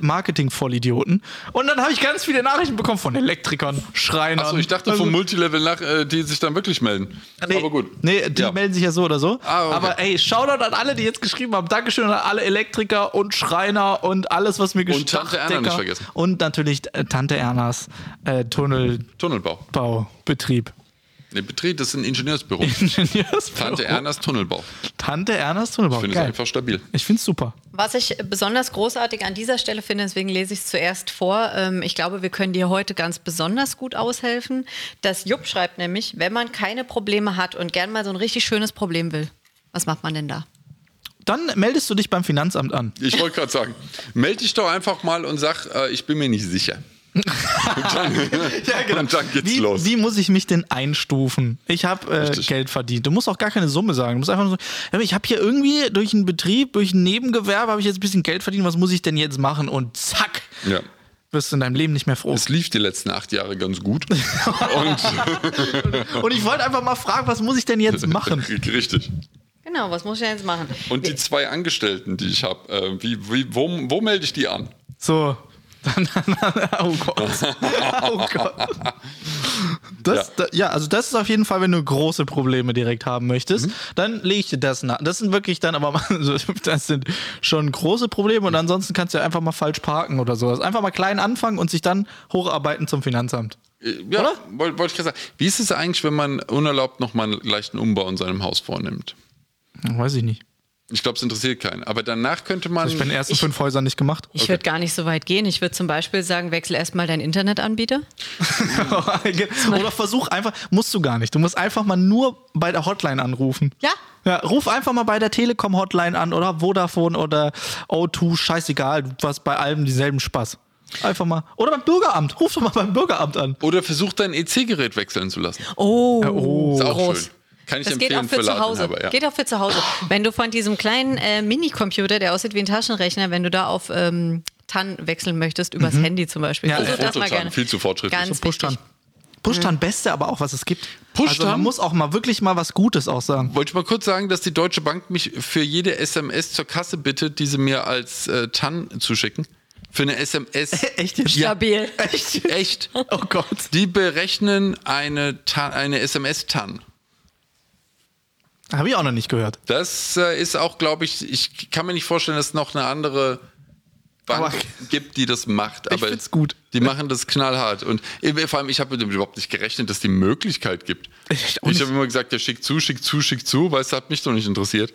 Speaker 3: Multilevel-Marketing-Vollidioten. Und dann habe ich ganz viele Nachrichten bekommen von Elektrikern, Schreinern.
Speaker 1: Achso, ich dachte vom Multilevel nach, äh, die sich dann wirklich melden.
Speaker 3: also Nee,
Speaker 1: Aber gut.
Speaker 3: Nee, die
Speaker 1: Ja.
Speaker 3: melden sich ja so oder so.
Speaker 1: Ah, okay.
Speaker 3: Aber ey, Shoutout an alle, die jetzt geschrieben haben. Dankeschön an alle Elektriker und Schreiner und alles, was mir geschrieben
Speaker 1: Tante Erna nicht vergessen.
Speaker 3: Und natürlich äh, Tante Ernas äh,
Speaker 1: Tunnelbau.
Speaker 3: Tunnelbaubetrieb. <laughs>
Speaker 1: Nee, Betrieb, das ist ein Ingenieursbüro. Tante
Speaker 3: Tante,
Speaker 1: Ernas Tunnelbau.
Speaker 3: Tante Ernas
Speaker 1: Ich
Speaker 3: Tunnelbau.
Speaker 1: finde es
Speaker 3: Oh. Geil.
Speaker 1: einfach stabil.
Speaker 3: Ich find's super.
Speaker 2: was ich besonders großartig an dieser Stelle finde, deswegen lese ich es zuerst vor. Ähm, ich glaube, wir können dir heute ganz besonders gut aushelfen. Das Jupp schreibt nämlich, wenn man keine Probleme hat und gern mal so ein richtig schönes Problem will, was macht man denn da?
Speaker 3: Dann meldest du dich beim Finanzamt an.
Speaker 1: Ich wollte gerade sagen, melde dich doch einfach mal und sag, äh, ich bin mir nicht sicher.
Speaker 3: <laughs>
Speaker 1: und, dann, <laughs> und dann geht's
Speaker 3: genau. Wie,
Speaker 1: los.
Speaker 3: wie muss ich mich denn einstufen? Ich habe äh,
Speaker 1: Richtig.
Speaker 3: Geld verdient. Du musst auch gar keine Summe sagen. Du musst einfach nur so, ich habe hier irgendwie durch einen Betrieb, durch ein Nebengewerbe, habe ich jetzt ein bisschen Geld verdient. Was muss ich denn jetzt machen? Und zack,
Speaker 1: Ja.
Speaker 3: wirst du in deinem Leben nicht mehr froh.
Speaker 1: Es lief die letzten acht Jahre ganz
Speaker 3: <laughs>
Speaker 1: gut. und
Speaker 3: Und ich wollte einfach mal fragen, was muss ich
Speaker 1: <laughs>
Speaker 3: denn jetzt machen?
Speaker 1: Richtig.
Speaker 2: Genau, was muss ich denn jetzt machen?
Speaker 1: Und die zwei Angestellten, die ich habe, äh, wie, wie, wo, wo melde ich die an?
Speaker 3: So. <laughs> oh Gott. <laughs> Oh Gott. Das, ja. Da, ja, also das ist auf jeden Fall, wenn du große Probleme direkt haben möchtest, dann lege ich dir das nach. Das sind wirklich dann aber mal <laughs> so, das sind schon große Probleme und ansonsten kannst du ja einfach mal falsch parken oder sowas. Einfach mal klein anfangen und sich dann hocharbeiten zum Finanzamt.
Speaker 1: Äh, Ja,
Speaker 3: Oder?
Speaker 1: woll- wollte ich gerade sagen. Wie ist es eigentlich, wenn man unerlaubt nochmal einen leichten Umbau in seinem Haus vornimmt?
Speaker 3: Hm, Weiß ich nicht.
Speaker 1: Ich glaube, es interessiert keinen. Aber danach könnte man.
Speaker 3: Also Mhm. Ich bin erst in fünf Häusern nicht gemacht.
Speaker 2: Ich würde gar nicht so weit gehen. Ich würde zum Beispiel sagen, wechsel erstmal deinen Internetanbieter.
Speaker 3: <laughs> oder versuch einfach, musst du gar nicht. Du musst einfach mal nur bei der Hotline anrufen.
Speaker 2: Ja.
Speaker 3: Ja, ruf einfach mal bei der Telekom-Hotline an oder Vodafone oder O2, scheißegal, du hast bei allem dieselben Spaß. Einfach mal. Oder beim Bürgeramt. Ruf doch mal beim Bürgeramt an.
Speaker 1: oder versucht dein EC-Gerät wechseln zu lassen.
Speaker 2: Oh,
Speaker 1: Ist auch
Speaker 2: groß.
Speaker 1: schön. Kann ich
Speaker 2: das geht
Speaker 1: empfehlen
Speaker 2: auch für, zu Hause.
Speaker 1: Ladeninhaber, ja.
Speaker 2: Geht auch für zu Hause. Wenn du von diesem kleinen äh, Minicomputer, der aussieht wie ein Taschenrechner, wenn du da auf ähm, TAN wechseln möchtest, übers
Speaker 1: Mhm.
Speaker 2: Handy zum Beispiel.
Speaker 3: Ja,
Speaker 2: Versuch
Speaker 1: auf
Speaker 2: das mal
Speaker 1: Fototan,
Speaker 2: gerne.
Speaker 1: viel zu fortschrittlich.
Speaker 2: Ganz
Speaker 3: Pushtan.
Speaker 2: wichtig.
Speaker 3: Pushtan, beste, aber auch was es gibt. Also
Speaker 1: Pushtan?
Speaker 3: man muss auch mal wirklich mal was Gutes auch sagen. <laughs>
Speaker 1: Wollte ich mal kurz sagen, dass die Deutsche Bank mich für jede SMS zur Kasse bittet, diese mir als äh, TAN zu schicken. Für eine SMS.
Speaker 3: <laughs> Echt jetzt?
Speaker 1: Ja.
Speaker 3: <laughs>
Speaker 2: Stabil.
Speaker 1: Echt? Echt.
Speaker 3: Oh Gott.
Speaker 1: Die berechnen eine, Ta- eine SMS-TAN.
Speaker 3: Habe ich auch noch nicht gehört.
Speaker 1: Das äh, ist auch, glaube ich, ich kann mir nicht vorstellen, dass es noch eine andere Bank
Speaker 3: Aber-
Speaker 1: gibt, die das macht. Aber
Speaker 3: find's gut.
Speaker 1: Die machen das knallhart. Und eben, vor allem, ich habe damit überhaupt nicht gerechnet, dass die Möglichkeit gibt.
Speaker 3: <laughs> Ich
Speaker 1: Ich,
Speaker 3: auch nicht.
Speaker 1: habe immer gesagt, ja, schick zu, schick zu, schick zu, weil es hat mich doch nicht interessiert.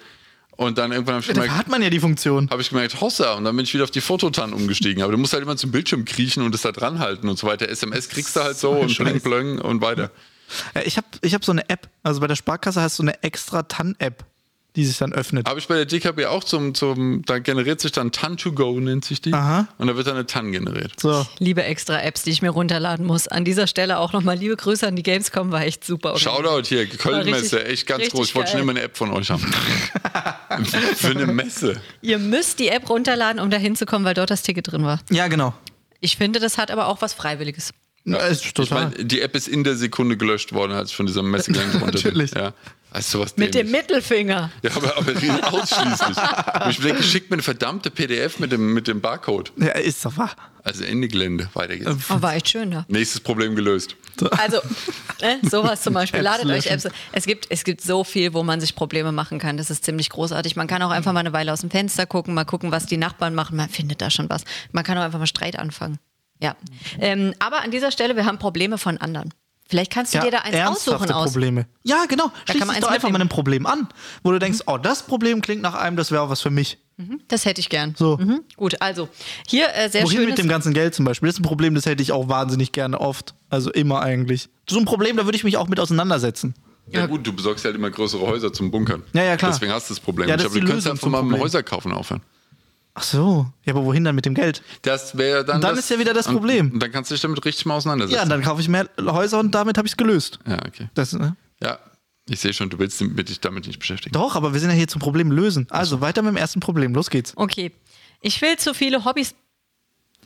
Speaker 1: Und dann irgendwann habe ich
Speaker 3: Da
Speaker 1: gemerkt,
Speaker 3: hat man ja die Funktion.
Speaker 1: habe ich gemerkt, Hossa, und dann bin ich wieder auf die Fototan umgestiegen. Aber du musst halt immer zum Bildschirm kriechen und es da dran halten und so weiter. SMS kriegst du halt so und bling,
Speaker 3: Scheiße.
Speaker 1: bling und weiter.
Speaker 3: Ja, Äh, Ich habe ich hab so eine App. Also bei der Sparkasse hast du eine extra TAN-App, die sich dann öffnet.
Speaker 1: Habe ich bei der DKB auch zum, zum, da generiert sich dann Tan to go, nennt sich die.
Speaker 3: Aha.
Speaker 1: Und da wird dann eine Tan generiert.
Speaker 3: So.
Speaker 2: Liebe extra Apps, die ich mir runterladen muss. An dieser Stelle auch nochmal liebe Grüße an die Gamescom, war echt super.
Speaker 1: Shoutout hier,
Speaker 2: richtig-
Speaker 1: Köln-Messe, echt ganz
Speaker 2: richtig
Speaker 1: groß. Ich wollte schon
Speaker 2: geil.
Speaker 1: immer eine App von euch
Speaker 3: <laughs>
Speaker 1: haben. Für eine Messe.
Speaker 2: Ihr müsst die App runterladen, um da hinzukommen, weil dort das Ticket drin war.
Speaker 3: Ja, genau.
Speaker 2: Ich finde, das hat aber auch was Freiwilliges.
Speaker 3: Ja, ist
Speaker 1: Ich meine, die App ist in der Sekunde gelöscht worden, als ich von dieser Messe gegangen bin.
Speaker 3: <laughs> Natürlich.
Speaker 1: Ja. Also sowas
Speaker 2: Mit dem
Speaker 1: dämlich.
Speaker 2: Mittelfinger.
Speaker 1: Ja, aber,
Speaker 2: <laughs>
Speaker 1: aber ausschließlich. Und ich denke, schickt mir eine verdammte PDF mit dem, mit dem Barcode.
Speaker 3: ja, ist doch wahr.
Speaker 1: Also Ende Gelände. Weiter geht's.
Speaker 3: Ähm.
Speaker 2: Oh, war echt schön da.
Speaker 1: Nächstes Problem gelöst.
Speaker 2: Also, ne, sowas zum Beispiel.
Speaker 3: Apps
Speaker 2: Ladet euch Apps.
Speaker 3: löschen.
Speaker 2: Es gibt, es gibt so viel, wo man sich Probleme machen kann. Das ist ziemlich großartig. Man kann auch einfach mal eine Weile aus dem Fenster gucken, mal gucken, was die Nachbarn machen. Man findet da schon was. Man kann auch einfach mal Streit anfangen. Ja. Ähm, aber an dieser Stelle, wir haben Probleme von anderen. Vielleicht kannst du dir da eins aussuchen
Speaker 3: ernsthafte
Speaker 2: aus.
Speaker 3: Probleme. Ja, genau. Schließ
Speaker 2: kann man
Speaker 3: dich
Speaker 2: eins
Speaker 3: doch einfach
Speaker 2: mitnehmen.
Speaker 3: mal ein Problem an, wo du denkst, oh, das Problem klingt nach einem, das wäre auch was für mich.
Speaker 2: Das hätte ich gern.
Speaker 3: So.
Speaker 2: Mhm. Gut, also hier äh, sehr
Speaker 3: Wohin
Speaker 2: schön.
Speaker 3: mit dem ganzen Geld zum Beispiel? Das ist ein Problem, das hätte ich auch wahnsinnig gerne oft. Also immer eigentlich. So ein Problem, da würde ich mich auch mit auseinandersetzen.
Speaker 1: Ja, gut, du besorgst halt immer größere Häuser zum Bunkern.
Speaker 3: Ja, ja, klar.
Speaker 1: Deswegen hast du das Problem.
Speaker 3: Ja,
Speaker 1: ich
Speaker 3: das
Speaker 1: glaube,
Speaker 3: ist
Speaker 1: du
Speaker 3: die
Speaker 1: könntest
Speaker 3: Lösung
Speaker 1: einfach
Speaker 3: zum
Speaker 1: mal mit dem
Speaker 3: Problem.
Speaker 1: Häuserkaufen aufhören.
Speaker 3: Ach so. Ja, aber wohin dann mit dem Geld?
Speaker 1: Das wäre dann.
Speaker 3: Und dann
Speaker 1: das,
Speaker 3: ist ja wieder das
Speaker 1: und-
Speaker 3: Problem.
Speaker 1: Und dann kannst du dich damit richtig mal
Speaker 3: Ja,
Speaker 1: auseinandersetzen.
Speaker 3: dann kaufe ich mehr Häuser und damit habe ich es gelöst.
Speaker 1: Ja, okay.
Speaker 3: Das, ne?
Speaker 1: Ja, ich sehe schon, du willst dich damit nicht beschäftigen.
Speaker 3: Doch, aber wir sind ja hier zum Problem lösen. Also weiter mit dem ersten Problem. Los geht's.
Speaker 2: Okay. Ich will zu viele Hobbys.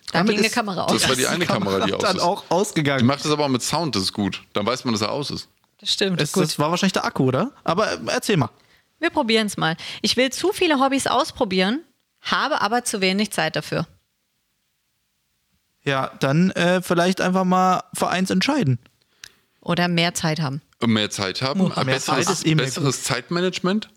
Speaker 2: Da
Speaker 3: Damit
Speaker 2: ging eine
Speaker 3: ist-
Speaker 2: Kamera aus.
Speaker 1: Das war die
Speaker 3: <laughs>
Speaker 1: eine Kamera, die aus
Speaker 3: dann
Speaker 1: ist.
Speaker 3: auch
Speaker 1: Die
Speaker 3: ausgegangen.
Speaker 1: macht das aber auch mit Sound, das ist gut. Dann weiß man, dass er aus ist.
Speaker 2: Das stimmt.
Speaker 3: Es,
Speaker 2: gut.
Speaker 3: das war wahrscheinlich der Akku, oder? Aber äh, erzähl mal.
Speaker 2: Wir probieren es mal. Ich will zu viele Hobbys ausprobieren, habe aber zu wenig Zeit dafür.
Speaker 3: Ja, dann äh, vielleicht einfach mal Vereins entscheiden.
Speaker 2: Oder mehr Zeit haben.
Speaker 1: Und mehr Zeit haben.
Speaker 3: Mehr
Speaker 1: Ein besseres,
Speaker 3: Zeit ist eh mehr
Speaker 1: besseres Zeitmanagement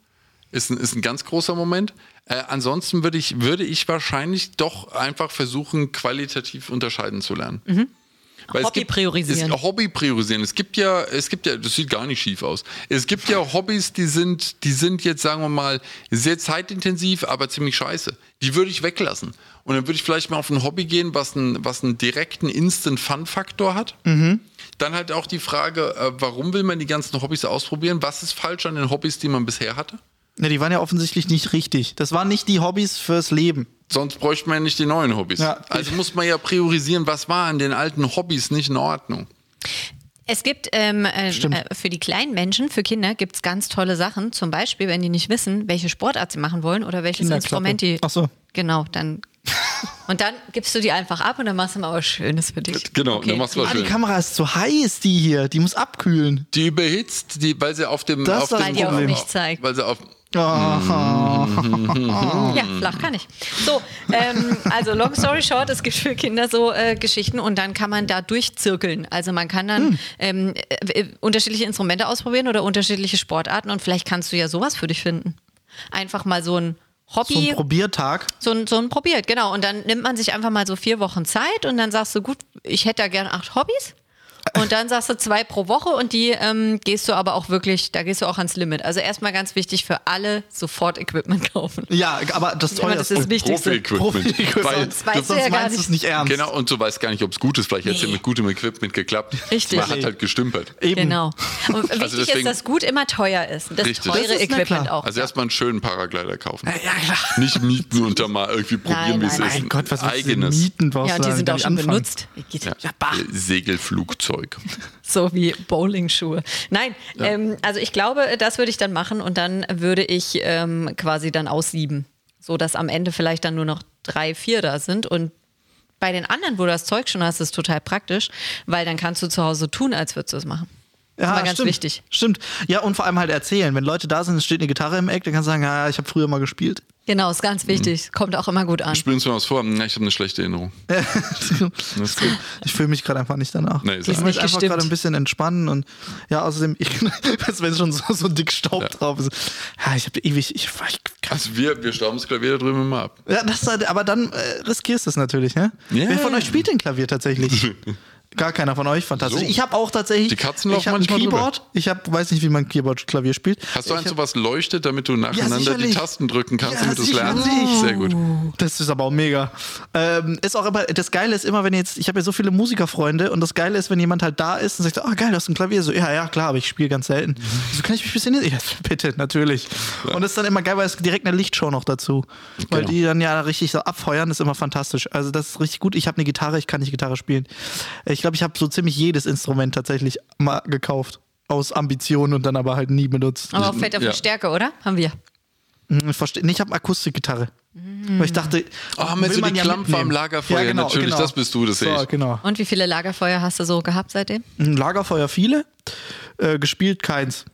Speaker 1: ist ein, ist ein ganz großer Moment. Äh, ansonsten würde ich, würde ich wahrscheinlich doch einfach versuchen, qualitativ unterscheiden zu lernen. es
Speaker 2: Hobby
Speaker 1: gibt-
Speaker 2: priorisieren.
Speaker 1: Es, Hobby priorisieren. Es gibt ja, es gibt ja, das sieht gar nicht schief aus. Es gibt ja Hobbys, die sind, die sind jetzt, sagen wir mal, sehr zeitintensiv, aber ziemlich scheiße. Die würde ich weglassen. Und dann würde ich vielleicht mal auf ein Hobby gehen, was einen, was einen direkten Instant-Fun-Faktor hat.
Speaker 2: Mhm.
Speaker 1: Dann halt auch die Frage, äh, warum will man die ganzen Hobbys ausprobieren? Was ist falsch an den Hobbys, die man bisher hatte?
Speaker 3: Ne, die waren ja offensichtlich nicht richtig. Das waren nicht die Hobbys fürs Leben.
Speaker 1: Sonst bräuchte man ja nicht die neuen Hobbys.
Speaker 3: Ja.
Speaker 1: Also muss man ja priorisieren, was war an den alten Hobbys nicht in Ordnung.
Speaker 2: Es gibt ähm, äh,
Speaker 3: Stimmt.
Speaker 2: äh, für die kleinen Menschen, für Kinder, gibt es ganz tolle Sachen. Zum Beispiel, wenn die nicht wissen, welche Sportart sie machen wollen oder welches
Speaker 3: Kinderklappe.
Speaker 2: Instrument die.
Speaker 3: Ach so.
Speaker 2: Genau, dann. Und dann gibst du die einfach ab und dann machst du mal was Schönes für dich.
Speaker 1: Genau, dann machst du was
Speaker 3: Ah,
Speaker 1: Schön.
Speaker 3: die Kamera ist zu heiß, die hier. Die muss abkühlen.
Speaker 1: Die überhitzt, die, weil sie auf dem.
Speaker 3: Das
Speaker 1: auf
Speaker 3: ist
Speaker 1: dem
Speaker 3: ein Weil die auch Problem.
Speaker 2: nicht zeigt.
Speaker 1: Weil sie auf.
Speaker 2: Ja,
Speaker 3: Mm.
Speaker 2: flach kann ich. So, ähm, also long story short, es gibt für Kinder so äh, Geschichten und dann kann man da durchzirkeln. Also man kann dann
Speaker 3: Mm.
Speaker 2: ähm, äh, äh, unterschiedliche Instrumente ausprobieren oder unterschiedliche Sportarten und vielleicht kannst du ja sowas für dich finden. Einfach mal so ein
Speaker 3: So
Speaker 2: Hobby,
Speaker 3: ein Probiertag.
Speaker 2: so ein, so ein probiert, genau. Und dann nimmt man sich einfach mal so vier Wochen Zeit und dann sagst du, gut, ich hätte da gern acht Hobbys. Und dann sagst du zwei pro Woche und die ähm, gehst du aber auch wirklich, da gehst du auch ans Limit. Also erstmal ganz wichtig für alle sofort Equipment <laughs> kaufen.
Speaker 3: Ja, aber das
Speaker 2: Aber
Speaker 3: teuerste.
Speaker 2: das ist das Wichtigste.
Speaker 1: Profi-Equipment. Weil-
Speaker 3: sonst
Speaker 2: weißt du ja
Speaker 3: sonst
Speaker 2: gar
Speaker 3: meinst du es
Speaker 2: nicht.
Speaker 3: nicht ernst.
Speaker 1: Genau, und du weißt gar nicht, ob es gut ist. Vielleicht hätte es ja mit gutem Equipment geklappt.
Speaker 2: Richtig.
Speaker 1: Man hat halt gestümpert.
Speaker 3: Eben.
Speaker 2: Genau.
Speaker 1: <laughs>
Speaker 2: Und wichtig
Speaker 1: Also deswegen-
Speaker 2: ist, dass gut immer teuer ist. Das
Speaker 1: Richtig.
Speaker 2: teure
Speaker 1: Das
Speaker 3: ist- na
Speaker 2: Equipment
Speaker 3: klar.
Speaker 2: auch.
Speaker 1: Also erstmal einen schönen Paraglider kaufen.
Speaker 3: Ja, klar.
Speaker 1: Nicht mieten und dann mal irgendwie probieren,
Speaker 2: Nein,
Speaker 1: wie es
Speaker 2: nein,
Speaker 1: ist.
Speaker 3: Mein Gott, was willst du denn
Speaker 1: Eigenes
Speaker 3: mieten? Brauchst
Speaker 2: ja,
Speaker 3: du
Speaker 2: und die sind
Speaker 3: da
Speaker 2: auch
Speaker 3: nicht
Speaker 2: schon
Speaker 3: anfangen?
Speaker 2: benutzt. Geht-
Speaker 1: Ja.
Speaker 2: Ja, bah.
Speaker 1: Äh, Segelflugzeug.
Speaker 2: So wie Bowlingschuhe. Nein, ähm, also ich glaube, das würde ich dann machen und dann würde ich ähm, quasi dann aussieben. So dass am Ende vielleicht dann nur noch drei, vier da sind. Und bei den anderen, wo du das Zeug schon hast, ist total praktisch, weil dann kannst du zu Hause tun, als würdest du es machen.
Speaker 3: Ja,
Speaker 2: War ganz
Speaker 3: stimmt.
Speaker 2: wichtig.
Speaker 3: Stimmt. Ja, und vor allem halt erzählen. Wenn Leute da sind, es steht eine Gitarre im Eck, dann kannst du sagen, ja, ich habe früher mal gespielt.
Speaker 2: Genau, ist ganz
Speaker 1: Mhm.
Speaker 2: wichtig. Kommt auch immer gut an.
Speaker 1: Spielen Sie mal was vor. Na, ich habe eine schlechte Erinnerung.
Speaker 3: <laughs> Das- ich fühle mich gerade einfach nicht danach.
Speaker 1: Nee, ist
Speaker 3: ich
Speaker 1: auch
Speaker 3: will mich
Speaker 2: nicht
Speaker 3: einfach
Speaker 2: gestimmt.
Speaker 3: gerade ein bisschen entspannen und ja, außerdem, ich, <laughs> wenn schon so, so dick Staub
Speaker 1: Ja.
Speaker 3: drauf ist. Ja, ich habe ewig, ich, ich kann,
Speaker 1: Also wir, wir stauben das Klavier da drüben immer ab.
Speaker 3: ja, das, ist halt- aber dann äh, riskierst du es natürlich, ne?
Speaker 1: Ja.
Speaker 3: Wer von euch spielt denn
Speaker 1: <laughs>
Speaker 3: Klavier tatsächlich? Gar keiner von euch, fantastisch.
Speaker 1: So.
Speaker 3: Ich habe auch tatsächlich.
Speaker 1: Die Katzen laufen
Speaker 3: ich hab ein
Speaker 1: manchmal drüber.
Speaker 3: Keyboard. Ich hab, weiß nicht, wie man Keyboard Klavier spielt.
Speaker 1: Hast du
Speaker 3: Ich
Speaker 1: eins, so
Speaker 3: hab-
Speaker 1: was leuchtet, damit du nacheinander die
Speaker 3: sicherlich.
Speaker 1: Tasten drücken kannst,
Speaker 3: Ja,
Speaker 1: damit du es lernst?
Speaker 3: sicherlich. Oh.
Speaker 1: Sehr gut.
Speaker 3: Das ist aber auch mega. Ähm, ist auch immer, das Geile ist immer, wenn jetzt, ich habe ja so viele Musikerfreunde und das Geile ist, wenn jemand halt da ist und sagt, ah geil, du hast ein Klavier. So, ja, ja, klar, aber ich spiele ganz selten. So kann ich mich ein bisschen. hin- <laughs> Ja, bitte, natürlich. Und das ist dann immer geil, weil es direkt eine Lichtshow noch dazu. Weil
Speaker 1: Genau.
Speaker 3: die dann ja richtig so abfeuern, ist immer fantastisch. Also das ist richtig gut. Ich habe eine Gitarre, ich kann nicht Gitarre spielen. Ich glaube, ich habe so ziemlich jedes Instrument tatsächlich mal gekauft. Aus Ambitionen und dann aber halt nie benutzt.
Speaker 2: Aber auch fällt auf
Speaker 1: Ja.
Speaker 2: die Stärke, oder? Haben wir.
Speaker 3: Hm, Ich verstehe. Nee, ich habe Akustikgitarre. Weil ich dachte,
Speaker 1: Ah, meinst
Speaker 3: will
Speaker 1: du die
Speaker 3: man ja
Speaker 1: Klampe
Speaker 3: mitnehmen. genau,
Speaker 1: am Lagerfeuer? Natürlich, das bist du, das sehe
Speaker 3: so,
Speaker 1: ich.
Speaker 3: genau.
Speaker 2: Und wie viele Lagerfeuer hast du so gehabt seitdem?
Speaker 3: Ein Lagerfeuer viele, äh, gespielt keins.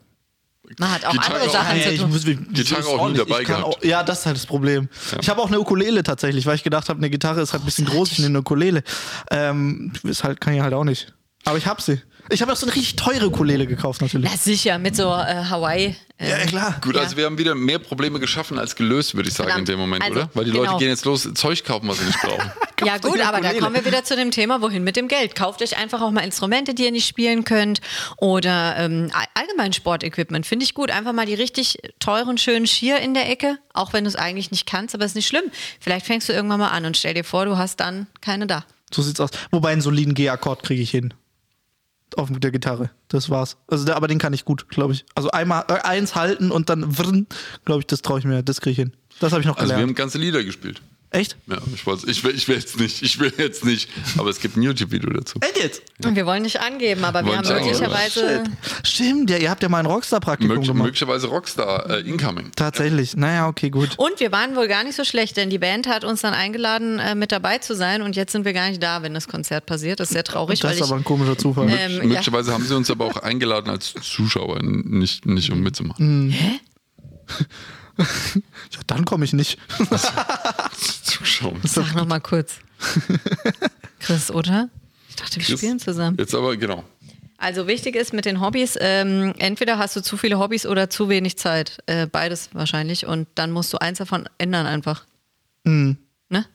Speaker 2: Man hat auch
Speaker 1: Gitarre
Speaker 2: andere
Speaker 1: auch
Speaker 2: Sachen
Speaker 1: nicht.
Speaker 2: zu
Speaker 3: ich
Speaker 2: tun.
Speaker 3: muss,
Speaker 1: Gitarre auch nie dabei
Speaker 3: ich kann
Speaker 1: gehabt.
Speaker 3: Auch, ja, das ist halt das Problem. Ich habe auch eine Ukulele tatsächlich, weil ich gedacht habe, eine Gitarre ist halt ein bisschen groß, ich nehme eine Ukulele. Ähm, ist halt, kann ich halt auch nicht. Aber ich habe sie. Ich habe auch so eine richtig teure Ukulele gekauft natürlich.
Speaker 2: Na sicher, mit so äh, Hawaii. Äh,
Speaker 3: Ja, klar.
Speaker 1: Gut,
Speaker 2: Ja.
Speaker 1: also wir haben wieder mehr Probleme geschaffen als gelöst, würde ich sagen, in
Speaker 2: Verdammt.
Speaker 1: dem Moment,
Speaker 2: Also,
Speaker 1: oder? Weil die
Speaker 2: genau.
Speaker 1: Leute gehen jetzt los, Zeug kaufen, was sie nicht
Speaker 2: <laughs>
Speaker 1: brauchen.
Speaker 2: ja
Speaker 3: Kauft euch
Speaker 2: gut,
Speaker 3: eine
Speaker 2: aber da
Speaker 3: Ukulele.
Speaker 2: kommen wir wieder zu dem Thema, wohin mit dem Geld. Kauft euch einfach auch mal Instrumente, die ihr nicht spielen könnt oder ähm, all- allgemein Sportequipment. Finde ich gut. Einfach mal die richtig teuren, schönen Skier in der Ecke, auch wenn du es eigentlich nicht kannst, aber ist nicht schlimm. Vielleicht fängst du irgendwann mal an und stell dir vor, du hast dann keine da.
Speaker 3: So sieht's aus. Wobei einen soliden G-Akkord kriege ich hin. Auf der Gitarre. Das war's. Also der, aber den kann ich gut, glaube ich. Also einmal äh, eins halten und dann glaube ich, das traue ich mir. Das kriege ich hin. Das habe ich noch
Speaker 1: Also wir
Speaker 3: gelernt.
Speaker 1: haben ganze Lieder gespielt.
Speaker 3: Echt?
Speaker 1: Ja, ich, weiß, ich, will, ich will jetzt nicht, ich will jetzt nicht, aber es gibt ein YouTube-Video dazu.
Speaker 2: Äh,
Speaker 3: Echt jetzt?
Speaker 2: Und wir wollen nicht angeben, aber wir
Speaker 1: Wollen
Speaker 2: haben
Speaker 1: Sie auch, oder?
Speaker 2: möglicherweise.
Speaker 3: Stimmt, ja, ihr habt ja mal ein Rockstar-Praktikum
Speaker 1: Möglich,
Speaker 3: gemacht.
Speaker 1: möglicherweise Rockstar äh, Incoming.
Speaker 3: Tatsächlich. Naja, okay, gut.
Speaker 2: Und wir waren wohl gar nicht so schlecht, denn die Band hat uns dann eingeladen, äh, mit dabei zu sein. Und jetzt sind wir gar nicht da, wenn das Konzert passiert. Das ist sehr traurig,
Speaker 3: das
Speaker 2: weil
Speaker 3: ist
Speaker 2: ich
Speaker 3: aber ein komischer Zufall.
Speaker 2: Ähm, ja.
Speaker 1: Möglicherweise haben sie uns aber auch eingeladen als Zuschauer, n- nicht, nicht um
Speaker 2: Hm.
Speaker 1: mitzumachen.
Speaker 2: Ähm.
Speaker 3: <laughs> ja, dann komme ich nicht.
Speaker 1: <laughs> Zuschauer.
Speaker 2: Sag noch mal
Speaker 3: <laughs>
Speaker 2: kurz. Chris, oder? Ich dachte, wir spielen zusammen.
Speaker 1: Jetzt aber, genau.
Speaker 2: Also wichtig ist mit den Hobbys, ähm, entweder hast du zu viele Hobbys oder zu wenig Zeit. Äh, beides wahrscheinlich. Und dann musst du eins davon ändern einfach.
Speaker 3: Mhm.
Speaker 2: Ne?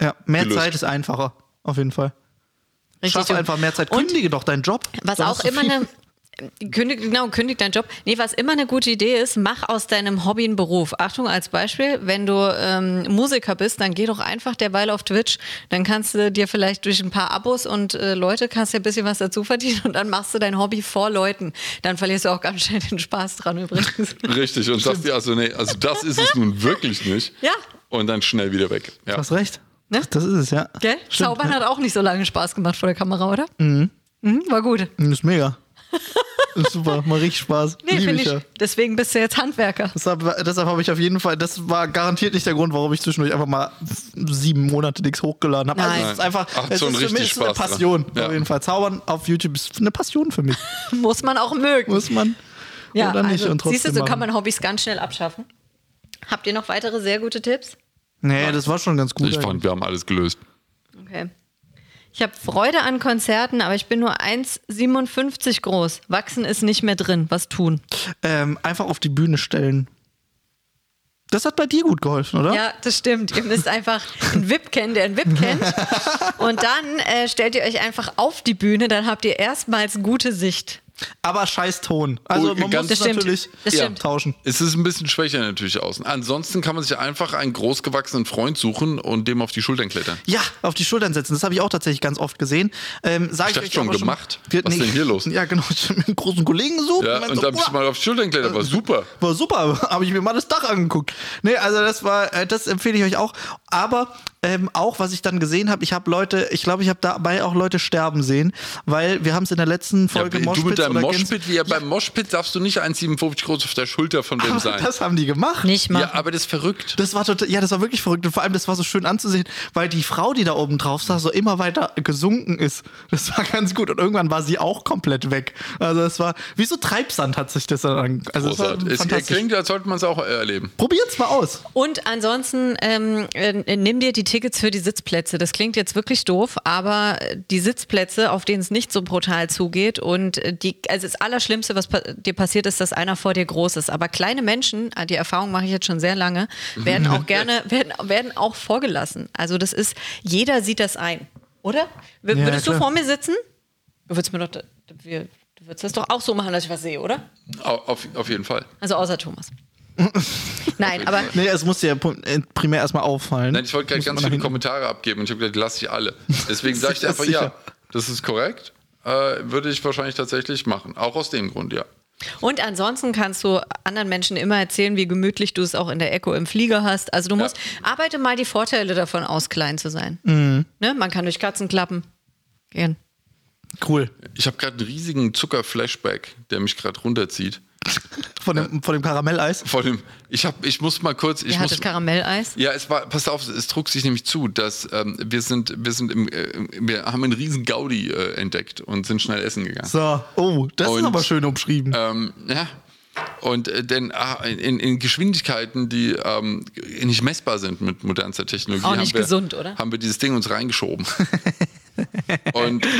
Speaker 3: Ja, mehr
Speaker 1: Gelöst.
Speaker 3: Zeit ist einfacher. Auf jeden Fall.
Speaker 2: Richtig.
Speaker 3: Schaff einfach mehr Zeit. Kündige doch deinen Job.
Speaker 2: Was
Speaker 3: Dann
Speaker 2: auch
Speaker 3: hast du
Speaker 2: immer
Speaker 3: viel.
Speaker 2: eine. Kündig, genau, kündig deinen Job. Nee, was immer eine gute Idee ist, mach aus deinem Hobby einen Beruf. Achtung als Beispiel, wenn du ähm, Musiker bist, dann geh doch einfach derweil auf Twitch. Dann kannst du dir vielleicht durch ein paar Abos und äh, Leute kannst du ein bisschen was dazu verdienen und dann machst du dein Hobby vor Leuten. Dann verlierst du auch ganz schnell den Spaß dran
Speaker 3: <laughs>
Speaker 2: übrigens.
Speaker 1: Richtig, und das, also, nee, also das ist es nun wirklich nicht.
Speaker 2: Ja.
Speaker 1: Und dann schnell wieder weg.
Speaker 3: Du
Speaker 1: Ja.
Speaker 3: hast recht.
Speaker 2: Ne?
Speaker 3: Das ist es, ja.
Speaker 2: Gell? Zaubern hat auch nicht so lange Spaß gemacht vor der Kamera, oder? Mhm. war gut.
Speaker 3: Das Mm,
Speaker 2: <laughs>
Speaker 3: ist mega. Das ist super, macht richtig Spaß.
Speaker 2: Nee,
Speaker 3: Liebe
Speaker 2: finde
Speaker 3: ich
Speaker 2: ich.
Speaker 3: ja.
Speaker 2: Deswegen bist du jetzt Handwerker. <laughs>
Speaker 3: Deshalb, deshalb habe ich auf jeden Fall, das war garantiert nicht der Grund, warum ich zwischendurch einfach mal sieben Monate nichts hochgeladen habe. Also
Speaker 2: Nein.
Speaker 3: es ist einfach,
Speaker 1: Ach,
Speaker 3: es
Speaker 1: schon
Speaker 3: ist für mich
Speaker 1: richtig
Speaker 3: ist eine
Speaker 1: Spaß dran.
Speaker 3: Passion.
Speaker 1: Ja.
Speaker 3: Auf jeden Fall. Zaubern auf YouTube ist eine
Speaker 2: <laughs>
Speaker 3: Passion für mich.
Speaker 2: Muss man auch mögen.
Speaker 3: Muss man.
Speaker 2: Ja,
Speaker 3: oder nicht
Speaker 2: also,
Speaker 3: und trotzdem
Speaker 2: siehst du, so kann
Speaker 3: machen.
Speaker 2: man Hobbys ganz schnell abschaffen. Habt ihr noch weitere sehr gute Tipps?
Speaker 3: Nee, das war schon ganz gut.
Speaker 1: Ich fand, wir haben alles gelöst.
Speaker 2: Okay. Ich habe Freude an Konzerten, aber ich bin nur 1,57 groß. Wachsen ist nicht mehr drin. Was tun?
Speaker 3: ähm, einfach auf die Bühne stellen. Das hat bei dir gut geholfen, oder?
Speaker 2: Ja, das stimmt. Ihr müsst einfach einen VIP kennen, der einen VIP <laughs> kennt. Und dann äh, stellt ihr euch einfach auf die Bühne, dann habt ihr erstmals gute Sicht.
Speaker 3: Aber scheiß Ton. Also
Speaker 1: Oh,
Speaker 3: man muss
Speaker 1: ganz-
Speaker 2: Das
Speaker 3: es
Speaker 2: stimmt.
Speaker 3: natürlich
Speaker 2: Das
Speaker 3: ja,
Speaker 2: stimmt.
Speaker 3: tauschen.
Speaker 1: Es ist ein bisschen schwächer natürlich außen. Ansonsten kann man sich einfach einen großgewachsenen Freund suchen und dem auf die Schultern klettern.
Speaker 3: Ja, auf die Schultern setzen. Das habe ich auch tatsächlich ganz oft gesehen. Ähm,
Speaker 1: Ich
Speaker 3: sag ich
Speaker 1: dachte
Speaker 3: euch
Speaker 1: schon,
Speaker 3: aber
Speaker 1: gemacht.
Speaker 3: Wir-
Speaker 1: Was ist denn hier los?
Speaker 3: Ja, genau. <laughs> Ich habe mir einen großen Kollegen gesucht.
Speaker 1: Ja,
Speaker 3: meinte
Speaker 1: und
Speaker 3: so,
Speaker 1: dann bin ich
Speaker 3: "Uah,
Speaker 1: mal auf die Schultern klettern. War super.
Speaker 3: War super, <laughs> habe ich mir mal das Dach angeguckt. Nee, also das war, äh, das empfehle ich euch auch. Aber ähm, auch, was ich dann gesehen habe, ich habe Leute, ich glaube, ich habe dabei auch Leute sterben sehen, weil wir haben es in der letzten
Speaker 1: Ja,
Speaker 3: Folge
Speaker 1: du mit
Speaker 3: Moshpits
Speaker 1: deinem
Speaker 3: oder Gens-
Speaker 1: Moshpit, wie ja. beim Moshpit darfst du nicht 1,57 groß auf der Schulter von dem
Speaker 3: <laughs> Aber
Speaker 1: sein.
Speaker 3: Das haben die gemacht.
Speaker 2: Nicht mal.
Speaker 1: ja, aber das ist verrückt.
Speaker 3: Das war total, ja, das war wirklich verrückt. Und vor allem, das war so schön anzusehen, weil die Frau, die da oben drauf saß, so immer weiter gesunken ist. Das war ganz gut. Und irgendwann war sie auch komplett weg. Also es war, wie so Treibsand hat sich das dann an. Also es war
Speaker 1: Großartig. Es
Speaker 3: fantastisch.
Speaker 1: klingt, als sollte man es auch erleben.
Speaker 3: Probiert's mal aus.
Speaker 2: Und ansonsten ähm, äh, nimm dir die Tickets für die Sitzplätze. Das klingt jetzt wirklich doof, aber äh, die Sitzplätze, auf denen es nicht so brutal zugeht und äh, die, also das Allerschlimmste, was pa dir passiert ist, dass einer vor dir groß ist. Aber kleine Menschen, äh, die Erfahrung mache ich jetzt schon sehr lange,
Speaker 3: Mhm.
Speaker 2: werden
Speaker 3: <laughs>
Speaker 2: auch gerne, werden, werden auch vorgelassen. Also das ist, jeder sieht das ein, oder? W
Speaker 3: Ja,
Speaker 2: würdest du
Speaker 3: klar.
Speaker 2: vor mir sitzen? Du würdest mir doch, wir- du würdest das doch auch so machen, dass ich was sehe, oder?
Speaker 1: Au- Auf, auf jeden Fall.
Speaker 2: Also außer
Speaker 3: <laughs>
Speaker 2: Thomas. Nein, aber
Speaker 3: Nee, es muss dir pu- äh, primär erstmal auffallen.
Speaker 1: Nein, ich wollte gerade
Speaker 3: Muss
Speaker 1: ganz
Speaker 3: man
Speaker 1: viele
Speaker 3: nach hinten-
Speaker 1: Kommentare abgeben und ich habe gesagt, lass ich alle. Deswegen <laughs> sage ich dir
Speaker 3: Sicher,
Speaker 1: einfach, ja,
Speaker 3: sicher.
Speaker 1: das ist korrekt. Äh, würde ich wahrscheinlich tatsächlich machen. Auch aus dem Grund, ja.
Speaker 2: Und ansonsten kannst du anderen Menschen immer erzählen, wie gemütlich du es auch in der Echo im Flieger hast. Also du musst, arbeite mal die Vorteile davon aus, klein zu sein.
Speaker 1: Mhm.
Speaker 2: Ne? Man kann durch Katzenklappen gehen.
Speaker 3: Cool.
Speaker 1: Ich habe gerade einen riesigen Zucker-Flashback, der mich gerade runterzieht.
Speaker 3: Von dem, von dem Karamelleis.
Speaker 1: Vor dem, ich, hab, ich muss mal kurz. Ich
Speaker 2: Ihr
Speaker 1: muss,
Speaker 2: hattet Karamelleis.
Speaker 1: Ja, es war, pass auf, es trug sich nämlich zu, dass ähm, wir sind, wir sind im, äh, im- wir haben einen riesen Gaudi äh, entdeckt und sind schnell essen gegangen.
Speaker 3: So. Oh, das
Speaker 1: Und-
Speaker 3: ist aber schön umschrieben.
Speaker 1: Ähm, ja. Und äh, denn ah, in, in Geschwindigkeiten, die ähm, nicht messbar sind mit modernster Technologie,
Speaker 2: Auch
Speaker 1: haben,
Speaker 2: nicht
Speaker 1: wir,
Speaker 2: gesund, oder?
Speaker 1: haben wir dieses Ding uns
Speaker 2: <laughs>
Speaker 1: reingeschoben. und äh,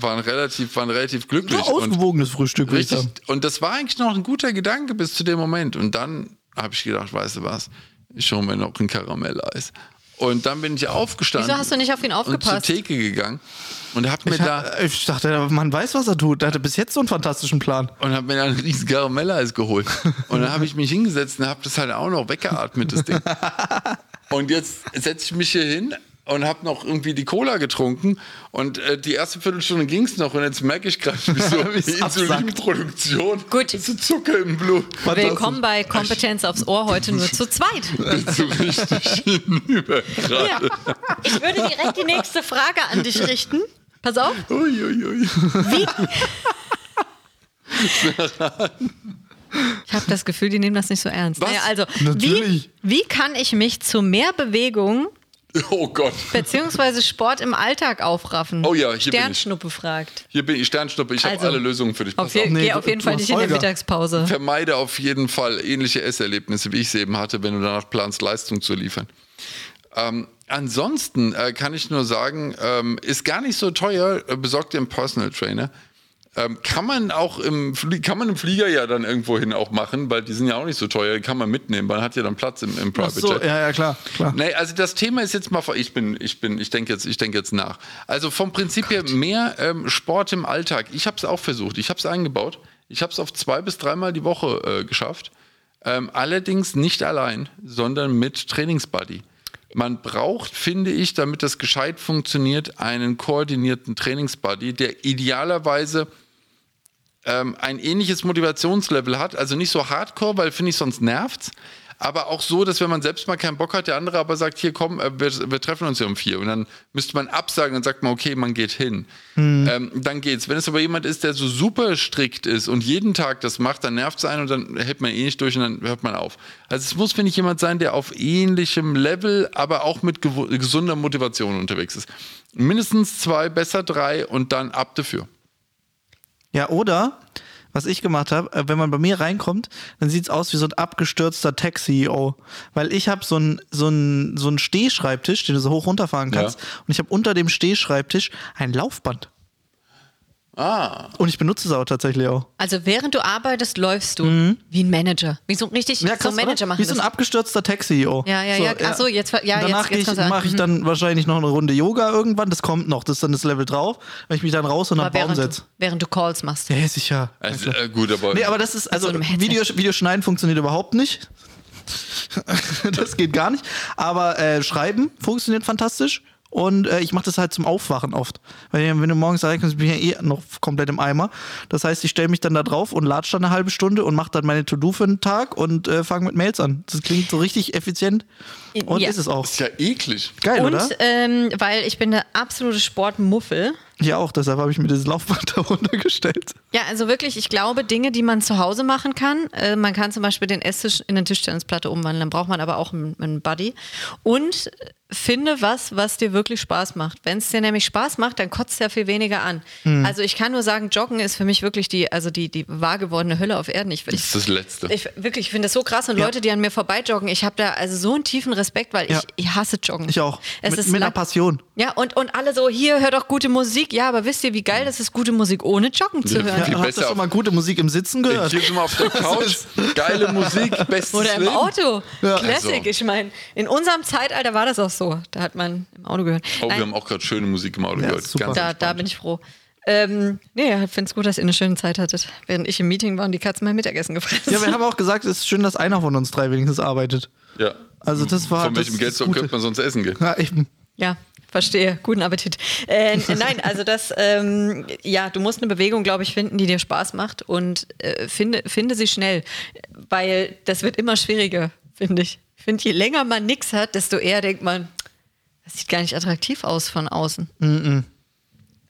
Speaker 1: waren relativ, waren relativ glücklich.
Speaker 3: War
Speaker 1: und
Speaker 3: ausgewogenes Frühstück, würde ich
Speaker 1: Richtig.
Speaker 3: sagen.
Speaker 1: Und das war eigentlich noch ein guter Gedanke bis zu dem Moment. Und dann habe ich gedacht, weißt du was, ich hole mir noch ein Karamelleis. Und dann bin ich aufgestanden.
Speaker 2: Wieso hast du nicht auf ihn
Speaker 1: Und
Speaker 2: aufgepasst?
Speaker 1: zur Theke gegangen und habe mir
Speaker 3: Ich,
Speaker 1: da
Speaker 3: hab, ich dachte, man weiß, was er tut. Der hatte bis jetzt so einen fantastischen Plan.
Speaker 1: und habe mir da ein riesen Karamelleis geholt.
Speaker 2: <laughs>
Speaker 1: Und dann habe ich mich
Speaker 2: <laughs>
Speaker 1: hingesetzt und habe das halt auch noch weggeatmet, das Ding. Und jetzt setze ich mich hier hin und habe noch irgendwie die Cola getrunken und äh, die erste Viertelstunde ging es noch und jetzt merke ich gerade, wie
Speaker 2: <laughs>
Speaker 1: so
Speaker 3: Wie's
Speaker 1: die Insulinproduktion,
Speaker 2: Gut.
Speaker 1: so Zucker im Blut,
Speaker 2: Willkommen bei Kompetenz aufs Ohr heute nur zu zweit.
Speaker 1: <laughs> so Also
Speaker 2: <laughs>
Speaker 1: richtig hinüber gerade.
Speaker 2: Ja. Ich würde direkt die nächste Frage an dich richten. Pass auf.
Speaker 1: Uiuiui.
Speaker 2: Ich habe das Gefühl, die nehmen das nicht so ernst.
Speaker 1: Was?
Speaker 2: Naja, also,
Speaker 3: Natürlich.
Speaker 2: Wie, wie kann ich mich zu mehr Bewegung
Speaker 1: Oh Gott,
Speaker 2: bzw. Sport im Alltag aufraffen?
Speaker 1: Oh ja, hier bin ich.
Speaker 2: Sternschnuppe fragt.
Speaker 1: hier bin ich Sternschnuppe, ich
Speaker 2: Also,
Speaker 1: habe alle Lösungen für dich.
Speaker 2: Auf
Speaker 1: Pass
Speaker 2: je,
Speaker 1: auf.
Speaker 3: Nee,
Speaker 2: geh
Speaker 3: du-
Speaker 2: auf jeden
Speaker 3: du
Speaker 2: Fall
Speaker 3: hast
Speaker 2: nicht in der
Speaker 3: Holger.
Speaker 2: Mittagspause.
Speaker 1: Vermeide auf jeden Fall ähnliche Esserlebnisse, wie ich sie eben hatte, wenn du danach planst, Leistung zu liefern. Ähm, ansonsten äh, kann ich nur sagen, ähm, ist gar nicht so teuer, äh, besorgt dir einen Personal Trainer. Ähm, kann man auch im, Flie kann man im Flieger ja dann irgendwohin auch machen, weil die sind ja auch nicht so teuer, die kann man mitnehmen, man hat ja dann Platz im, im
Speaker 3: Ach
Speaker 1: Private
Speaker 3: so,
Speaker 1: Jet.
Speaker 3: ja, ja, klar, klar.
Speaker 1: Nee, also das Thema ist jetzt mal, vor- ich bin, ich bin, ich denke jetzt, ich denke jetzt nach. Also vom Prinzip her mehr ähm, Sport im Alltag. Ich habe es auch versucht, ich habe es eingebaut. Ich habe es auf zwei bis dreimal die Woche äh, geschafft. Ähm, allerdings nicht allein, sondern mit Trainingsbuddy. Man braucht, finde ich, damit das gescheit funktioniert, einen koordinierten Trainingsbuddy, der idealerweise ähm, ein ähnliches Motivationslevel hat. Also nicht so hardcore, weil finde ich sonst nervt's. Aber auch so, dass wenn man selbst mal keinen Bock hat, der andere aber sagt, hier komm, äh, wir, wir treffen uns hier um vier. Und dann müsste man absagen und sagt man, okay, man geht hin. Ähm, dann geht's. Wenn es aber jemand ist, der so super strikt ist und jeden Tag das macht, dann nervt's einen und dann hält man eh nicht durch und dann hört man auf. Also es muss, finde ich, jemand sein, der auf ähnlichem Level, aber auch mit gewo- gesunder Motivation unterwegs ist. Mindestens zwei, besser drei und dann ab dafür.
Speaker 3: Ja, oder, was ich gemacht habe, äh, wenn man bei mir reinkommt, dann sieht's aus wie so ein abgestürzter Tech-CEO. Weil ich habe so einen so einen so einen Stehschreibtisch, den du so hoch runterfahren
Speaker 1: Ja.
Speaker 3: kannst. Und ich habe unter dem Stehschreibtisch ein Laufband. Ah. Und ich benutze es auch tatsächlich auch.
Speaker 2: Also während du arbeitest, läufst du wie ein Manager. Wie so ein richtig so ein Manager
Speaker 3: Mhm. oder?
Speaker 2: machen
Speaker 3: Wie so ein
Speaker 2: das.
Speaker 3: abgestürzter Tech-CEO.
Speaker 2: Ja, ja, ja. Ach so, jetzt ver- ja,
Speaker 3: Und
Speaker 2: jetzt-
Speaker 3: Danach
Speaker 2: jetzt mhm.
Speaker 3: geh ich-
Speaker 2: kommt's an.
Speaker 3: mache ich dann wahrscheinlich noch eine Runde Yoga irgendwann. Das kommt noch. Das ist dann das Level drauf. Wenn ich mich dann raus und am
Speaker 2: Aber
Speaker 3: Baum
Speaker 2: während, du,
Speaker 3: setze.
Speaker 2: während du Calls machst.
Speaker 3: Ja, ja, sicher.
Speaker 1: Also, äh, gut, aber.
Speaker 3: Nee, aber das ist, also,
Speaker 2: so einem Headset.
Speaker 3: Videosch- Videoschneiden funktioniert überhaupt nicht. <laughs> das geht gar nicht. Aber äh, Schreiben funktioniert fantastisch. Und äh, ich mache das halt zum Aufwachen oft. Weil wenn du morgens reinkommst, bin ich ja eh noch komplett im Eimer. Das heißt, ich stelle mich dann da drauf und latsch dann eine halbe Stunde und mache dann meine To-Do für den Tag und äh, fange mit Mails an. Das klingt so richtig effizient. Und
Speaker 2: Ja.
Speaker 3: ist es auch.
Speaker 1: ist ja eklig.
Speaker 3: Geil,
Speaker 2: Und
Speaker 3: oder?
Speaker 2: ähm, weil ich bin eine absolute Sportmuffel.
Speaker 3: Ja, auch. Deshalb habe ich mir dieses Laufband <laughs> darunter gestellt.
Speaker 2: Ja, also wirklich, ich glaube, Dinge, die man zu Hause machen kann. Äh, man kann zum Beispiel den Esstisch in eine Tischtennisplatte umwandeln, dann braucht man aber auch einen, einen Buddy. Und finde was, was dir wirklich Spaß macht. Wenn es dir nämlich Spaß macht, dann kotzt es ja viel weniger an.
Speaker 3: Mhm.
Speaker 2: Also ich kann nur sagen, Joggen ist für mich wirklich die, also die, die wahr gewordene Hölle auf Erden. Ich, ich,
Speaker 1: Das ist das Letzte.
Speaker 2: ich wirklich, ich finde das so krass und Leute, die an mir vorbeijoggen, ich habe da also so einen tiefen Respekt, weil
Speaker 3: Ja.
Speaker 2: ich, ich hasse Joggen.
Speaker 3: Ich auch.
Speaker 2: Es
Speaker 3: mit
Speaker 2: ist
Speaker 3: mit einer
Speaker 2: leid-
Speaker 3: Passion.
Speaker 2: Ja, und, und alle so, hier, hört doch gute Musik. Ja, aber wisst ihr, wie geil das ist, gute Musik ohne Joggen zu
Speaker 1: Ja,
Speaker 2: hören?
Speaker 1: ja.
Speaker 3: Mhm. Ja, hast du
Speaker 1: besser
Speaker 3: schon
Speaker 1: auf-
Speaker 3: mal gute Musik im Sitzen gehört?
Speaker 1: Hier sind wir auf der Couch, geile Musik,
Speaker 3: <laughs>
Speaker 1: bestes
Speaker 2: Oder im
Speaker 1: Leben.
Speaker 2: Auto.
Speaker 3: Ja.
Speaker 2: Classic.
Speaker 1: Also.
Speaker 2: Ich meine, in unserem Zeitalter war das auch so. Da hat man im Auto gehört.
Speaker 1: Oh, wir
Speaker 2: Nein,
Speaker 1: haben auch gerade schöne Musik im Auto
Speaker 3: Ja,
Speaker 1: gehört.
Speaker 3: super.
Speaker 1: Ganz
Speaker 2: da, da bin ich froh. Ähm, nee, ich finde es gut, dass ihr eine schöne Zeit hattet. Während ich im Meeting war und die Katzen mein Mittagessen gefressen
Speaker 3: Ja, wir haben auch gesagt, es ist schön, dass einer von uns drei wenigstens arbeitet.
Speaker 1: ja.
Speaker 3: Also das war
Speaker 1: Von
Speaker 3: das
Speaker 1: welchem
Speaker 3: ist
Speaker 1: Geld
Speaker 3: das
Speaker 1: so könnte
Speaker 3: Gute.
Speaker 1: man sonst essen gehen?
Speaker 3: Ja, eben.
Speaker 2: Ja, verstehe. Guten Appetit. Äh,
Speaker 3: <laughs>
Speaker 2: n- nein, also das, ähm, ja, du musst eine Bewegung, glaube ich, finden, die dir Spaß macht und äh, finde, finde sie schnell, weil das wird immer schwieriger, finde ich. Ich finde, je länger man nichts hat, desto eher denkt man, das sieht gar nicht attraktiv aus von außen.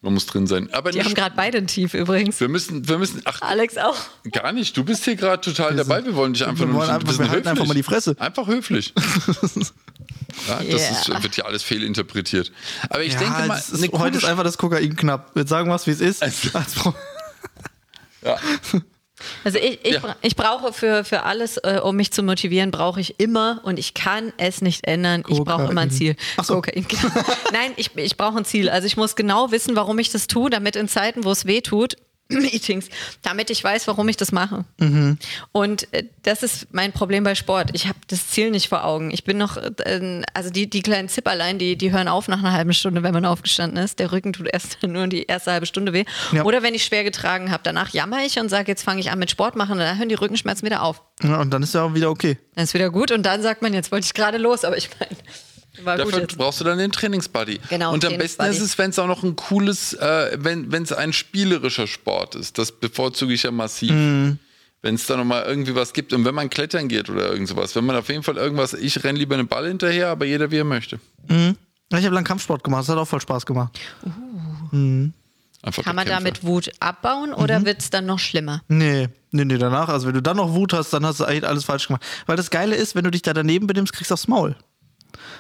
Speaker 1: Man muss drin sein. Aber
Speaker 2: Die haben
Speaker 1: nicht,
Speaker 2: gerade beide ein Tief übrigens.
Speaker 1: wir müssen, wir müssen, ach,
Speaker 2: Alex auch.
Speaker 1: gar nicht. Du bist hier gerade total
Speaker 3: Wir sind-
Speaker 1: dabei. Wir wollen dich einfach
Speaker 3: wir
Speaker 1: nur
Speaker 3: wollen
Speaker 1: nicht-
Speaker 3: einfach- wir halten einfach mal die Fresse.
Speaker 1: Einfach höflich. ja,
Speaker 2: Ja.
Speaker 1: das ist, wird ja alles fehlinterpretiert. Aber ich
Speaker 3: ja,
Speaker 1: denke mal,
Speaker 3: es ist,
Speaker 1: eine coole
Speaker 3: heute ist einfach das Kokain knapp. Jetzt sagen wir es, wie es ist.
Speaker 1: Also-
Speaker 3: Als Pro-
Speaker 1: Ja.
Speaker 2: Also ich, ich,
Speaker 1: Ja.
Speaker 2: bra- ich brauche für, für alles, äh, um mich zu motivieren, brauche ich immer und ich kann es nicht ändern. Ich brauche
Speaker 3: Kokain.
Speaker 2: immer ein Ziel. Kokain. <laughs> Nein, ich, ich brauche ein Ziel. Also ich muss genau wissen, warum ich das tue, damit in Zeiten, wo es weh tut, <clears throat> Meetings, damit ich weiß, warum ich das mache. Und äh, das ist mein Problem bei Sport. Ich habe das Ziel nicht vor Augen. Ich bin noch, äh, also die, die kleinen Zipperlein, die, die hören auf nach einer halben Stunde, wenn man aufgestanden ist. Der Rücken tut erst <laughs> nur die erste halbe Stunde weh.
Speaker 3: Ja.
Speaker 2: Oder wenn ich schwer getragen habe, danach jammer ich und sage, jetzt fange ich an mit Sport machen. Dann hören die Rückenschmerzen wieder auf.
Speaker 3: ja, und dann ist ja auch wieder okay.
Speaker 2: Dann ist wieder gut und dann sagt man, jetzt wollte ich gerade los, aber ich meine, War gut
Speaker 1: Dafür
Speaker 2: jetzt.
Speaker 1: brauchst du dann den Trainingsbuddy.
Speaker 2: Genau,
Speaker 1: Und am besten
Speaker 2: Trainingsbuddy.
Speaker 1: ist es, wenn es auch noch ein cooles, äh, wenn es ein spielerischer Sport ist. Das bevorzuge ich ja massiv.
Speaker 3: Mhm.
Speaker 1: Wenn es da nochmal irgendwie was gibt und wenn man klettern geht oder irgend sowas, wenn man auf jeden Fall irgendwas, ich renne lieber einen Ball hinterher, aber jeder wie er möchte.
Speaker 3: Ich habe lang Kampfsport gemacht, das hat auch voll Spaß gemacht.
Speaker 1: Einfach
Speaker 2: Kann man
Speaker 1: Kämpfe.
Speaker 2: damit Wut abbauen oder wird es dann noch schlimmer?
Speaker 3: Nee, nee, nee, danach, also wenn du dann noch Wut hast, dann hast du eigentlich alles falsch gemacht. Weil das Geile ist, wenn du dich da daneben benimmst, kriegst du aufs Maul.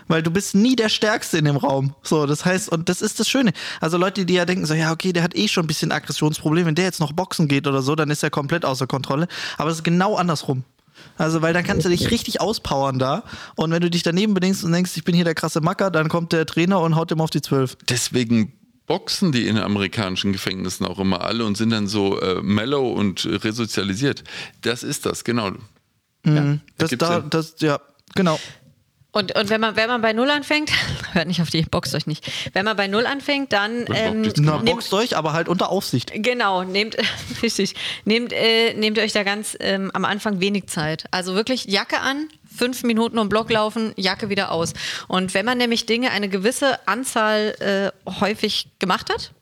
Speaker 3: Weil du bist nie der Stärkste in dem Raum. So, das heißt, und das ist das Schöne. Also Leute, die ja denken so, ja, okay, der hat eh schon ein bisschen Aggressionsproblem, wenn der jetzt noch boxen geht oder so, dann ist er komplett außer Kontrolle. Aber es ist genau andersrum. Also, weil dann kannst du dich richtig auspowern da. Und wenn du dich daneben benimmst und denkst, ich bin hier der krasse Macker, dann kommt der Trainer und haut dem auf die Zwölf.
Speaker 1: Deswegen boxen die in amerikanischen Gefängnissen auch immer alle und sind dann so äh, mellow und äh, resozialisiert. Das ist das, genau. Ja,
Speaker 3: Mhm. Das
Speaker 1: gibt's
Speaker 3: da,
Speaker 1: ja.
Speaker 3: das, ja, genau.
Speaker 2: Und, und wenn, man, wenn man bei Null anfängt, <laughs> hört nicht auf die, boxt euch nicht. Wenn man bei Null anfängt, dann
Speaker 1: Dann
Speaker 2: ähm,
Speaker 1: boxt ihr
Speaker 3: Na,
Speaker 1: zusammen.
Speaker 2: nehmt
Speaker 3: boxt euch, aber halt unter Aufsicht.
Speaker 2: Genau, nehmt, <laughs> richtig, nehmt, äh, nehmt euch da ganz ähm, am Anfang wenig Zeit. Also wirklich Jacke an, fünf Minuten um Block laufen, Jacke wieder aus. Und wenn man nämlich Dinge eine gewisse Anzahl äh, häufig gemacht hat,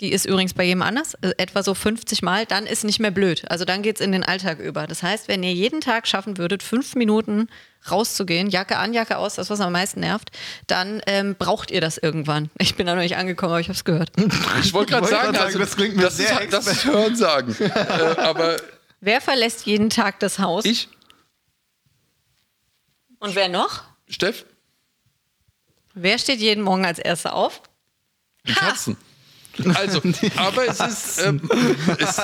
Speaker 2: die ist übrigens bei jedem anders, äh, etwa so 50 Mal, dann ist nicht mehr blöd. Also dann geht's in den Alltag über. Das heißt, wenn ihr jeden Tag schaffen würdet, fünf Minuten rauszugehen, Jacke an, Jacke aus, das, was am meisten nervt, dann ähm, braucht ihr das irgendwann. Ich bin da noch nicht angekommen, aber ich habe es gehört.
Speaker 1: Ich wollte gerade
Speaker 3: <laughs>
Speaker 1: sagen,
Speaker 3: Ich wollte grad sagen,
Speaker 1: also,
Speaker 3: das klingt mir
Speaker 1: das
Speaker 3: sehr
Speaker 1: ist, das ist Hören
Speaker 3: <laughs>
Speaker 1: sagen. äh, aber
Speaker 2: Wer verlässt jeden Tag das Haus?
Speaker 1: ich,
Speaker 2: Und wer noch?
Speaker 1: Steff,
Speaker 2: Wer steht jeden Morgen als Erster auf?
Speaker 1: die
Speaker 3: Ah.
Speaker 1: Katzen.
Speaker 3: <laughs>
Speaker 1: Also, aber es ist, ähm, es, ist,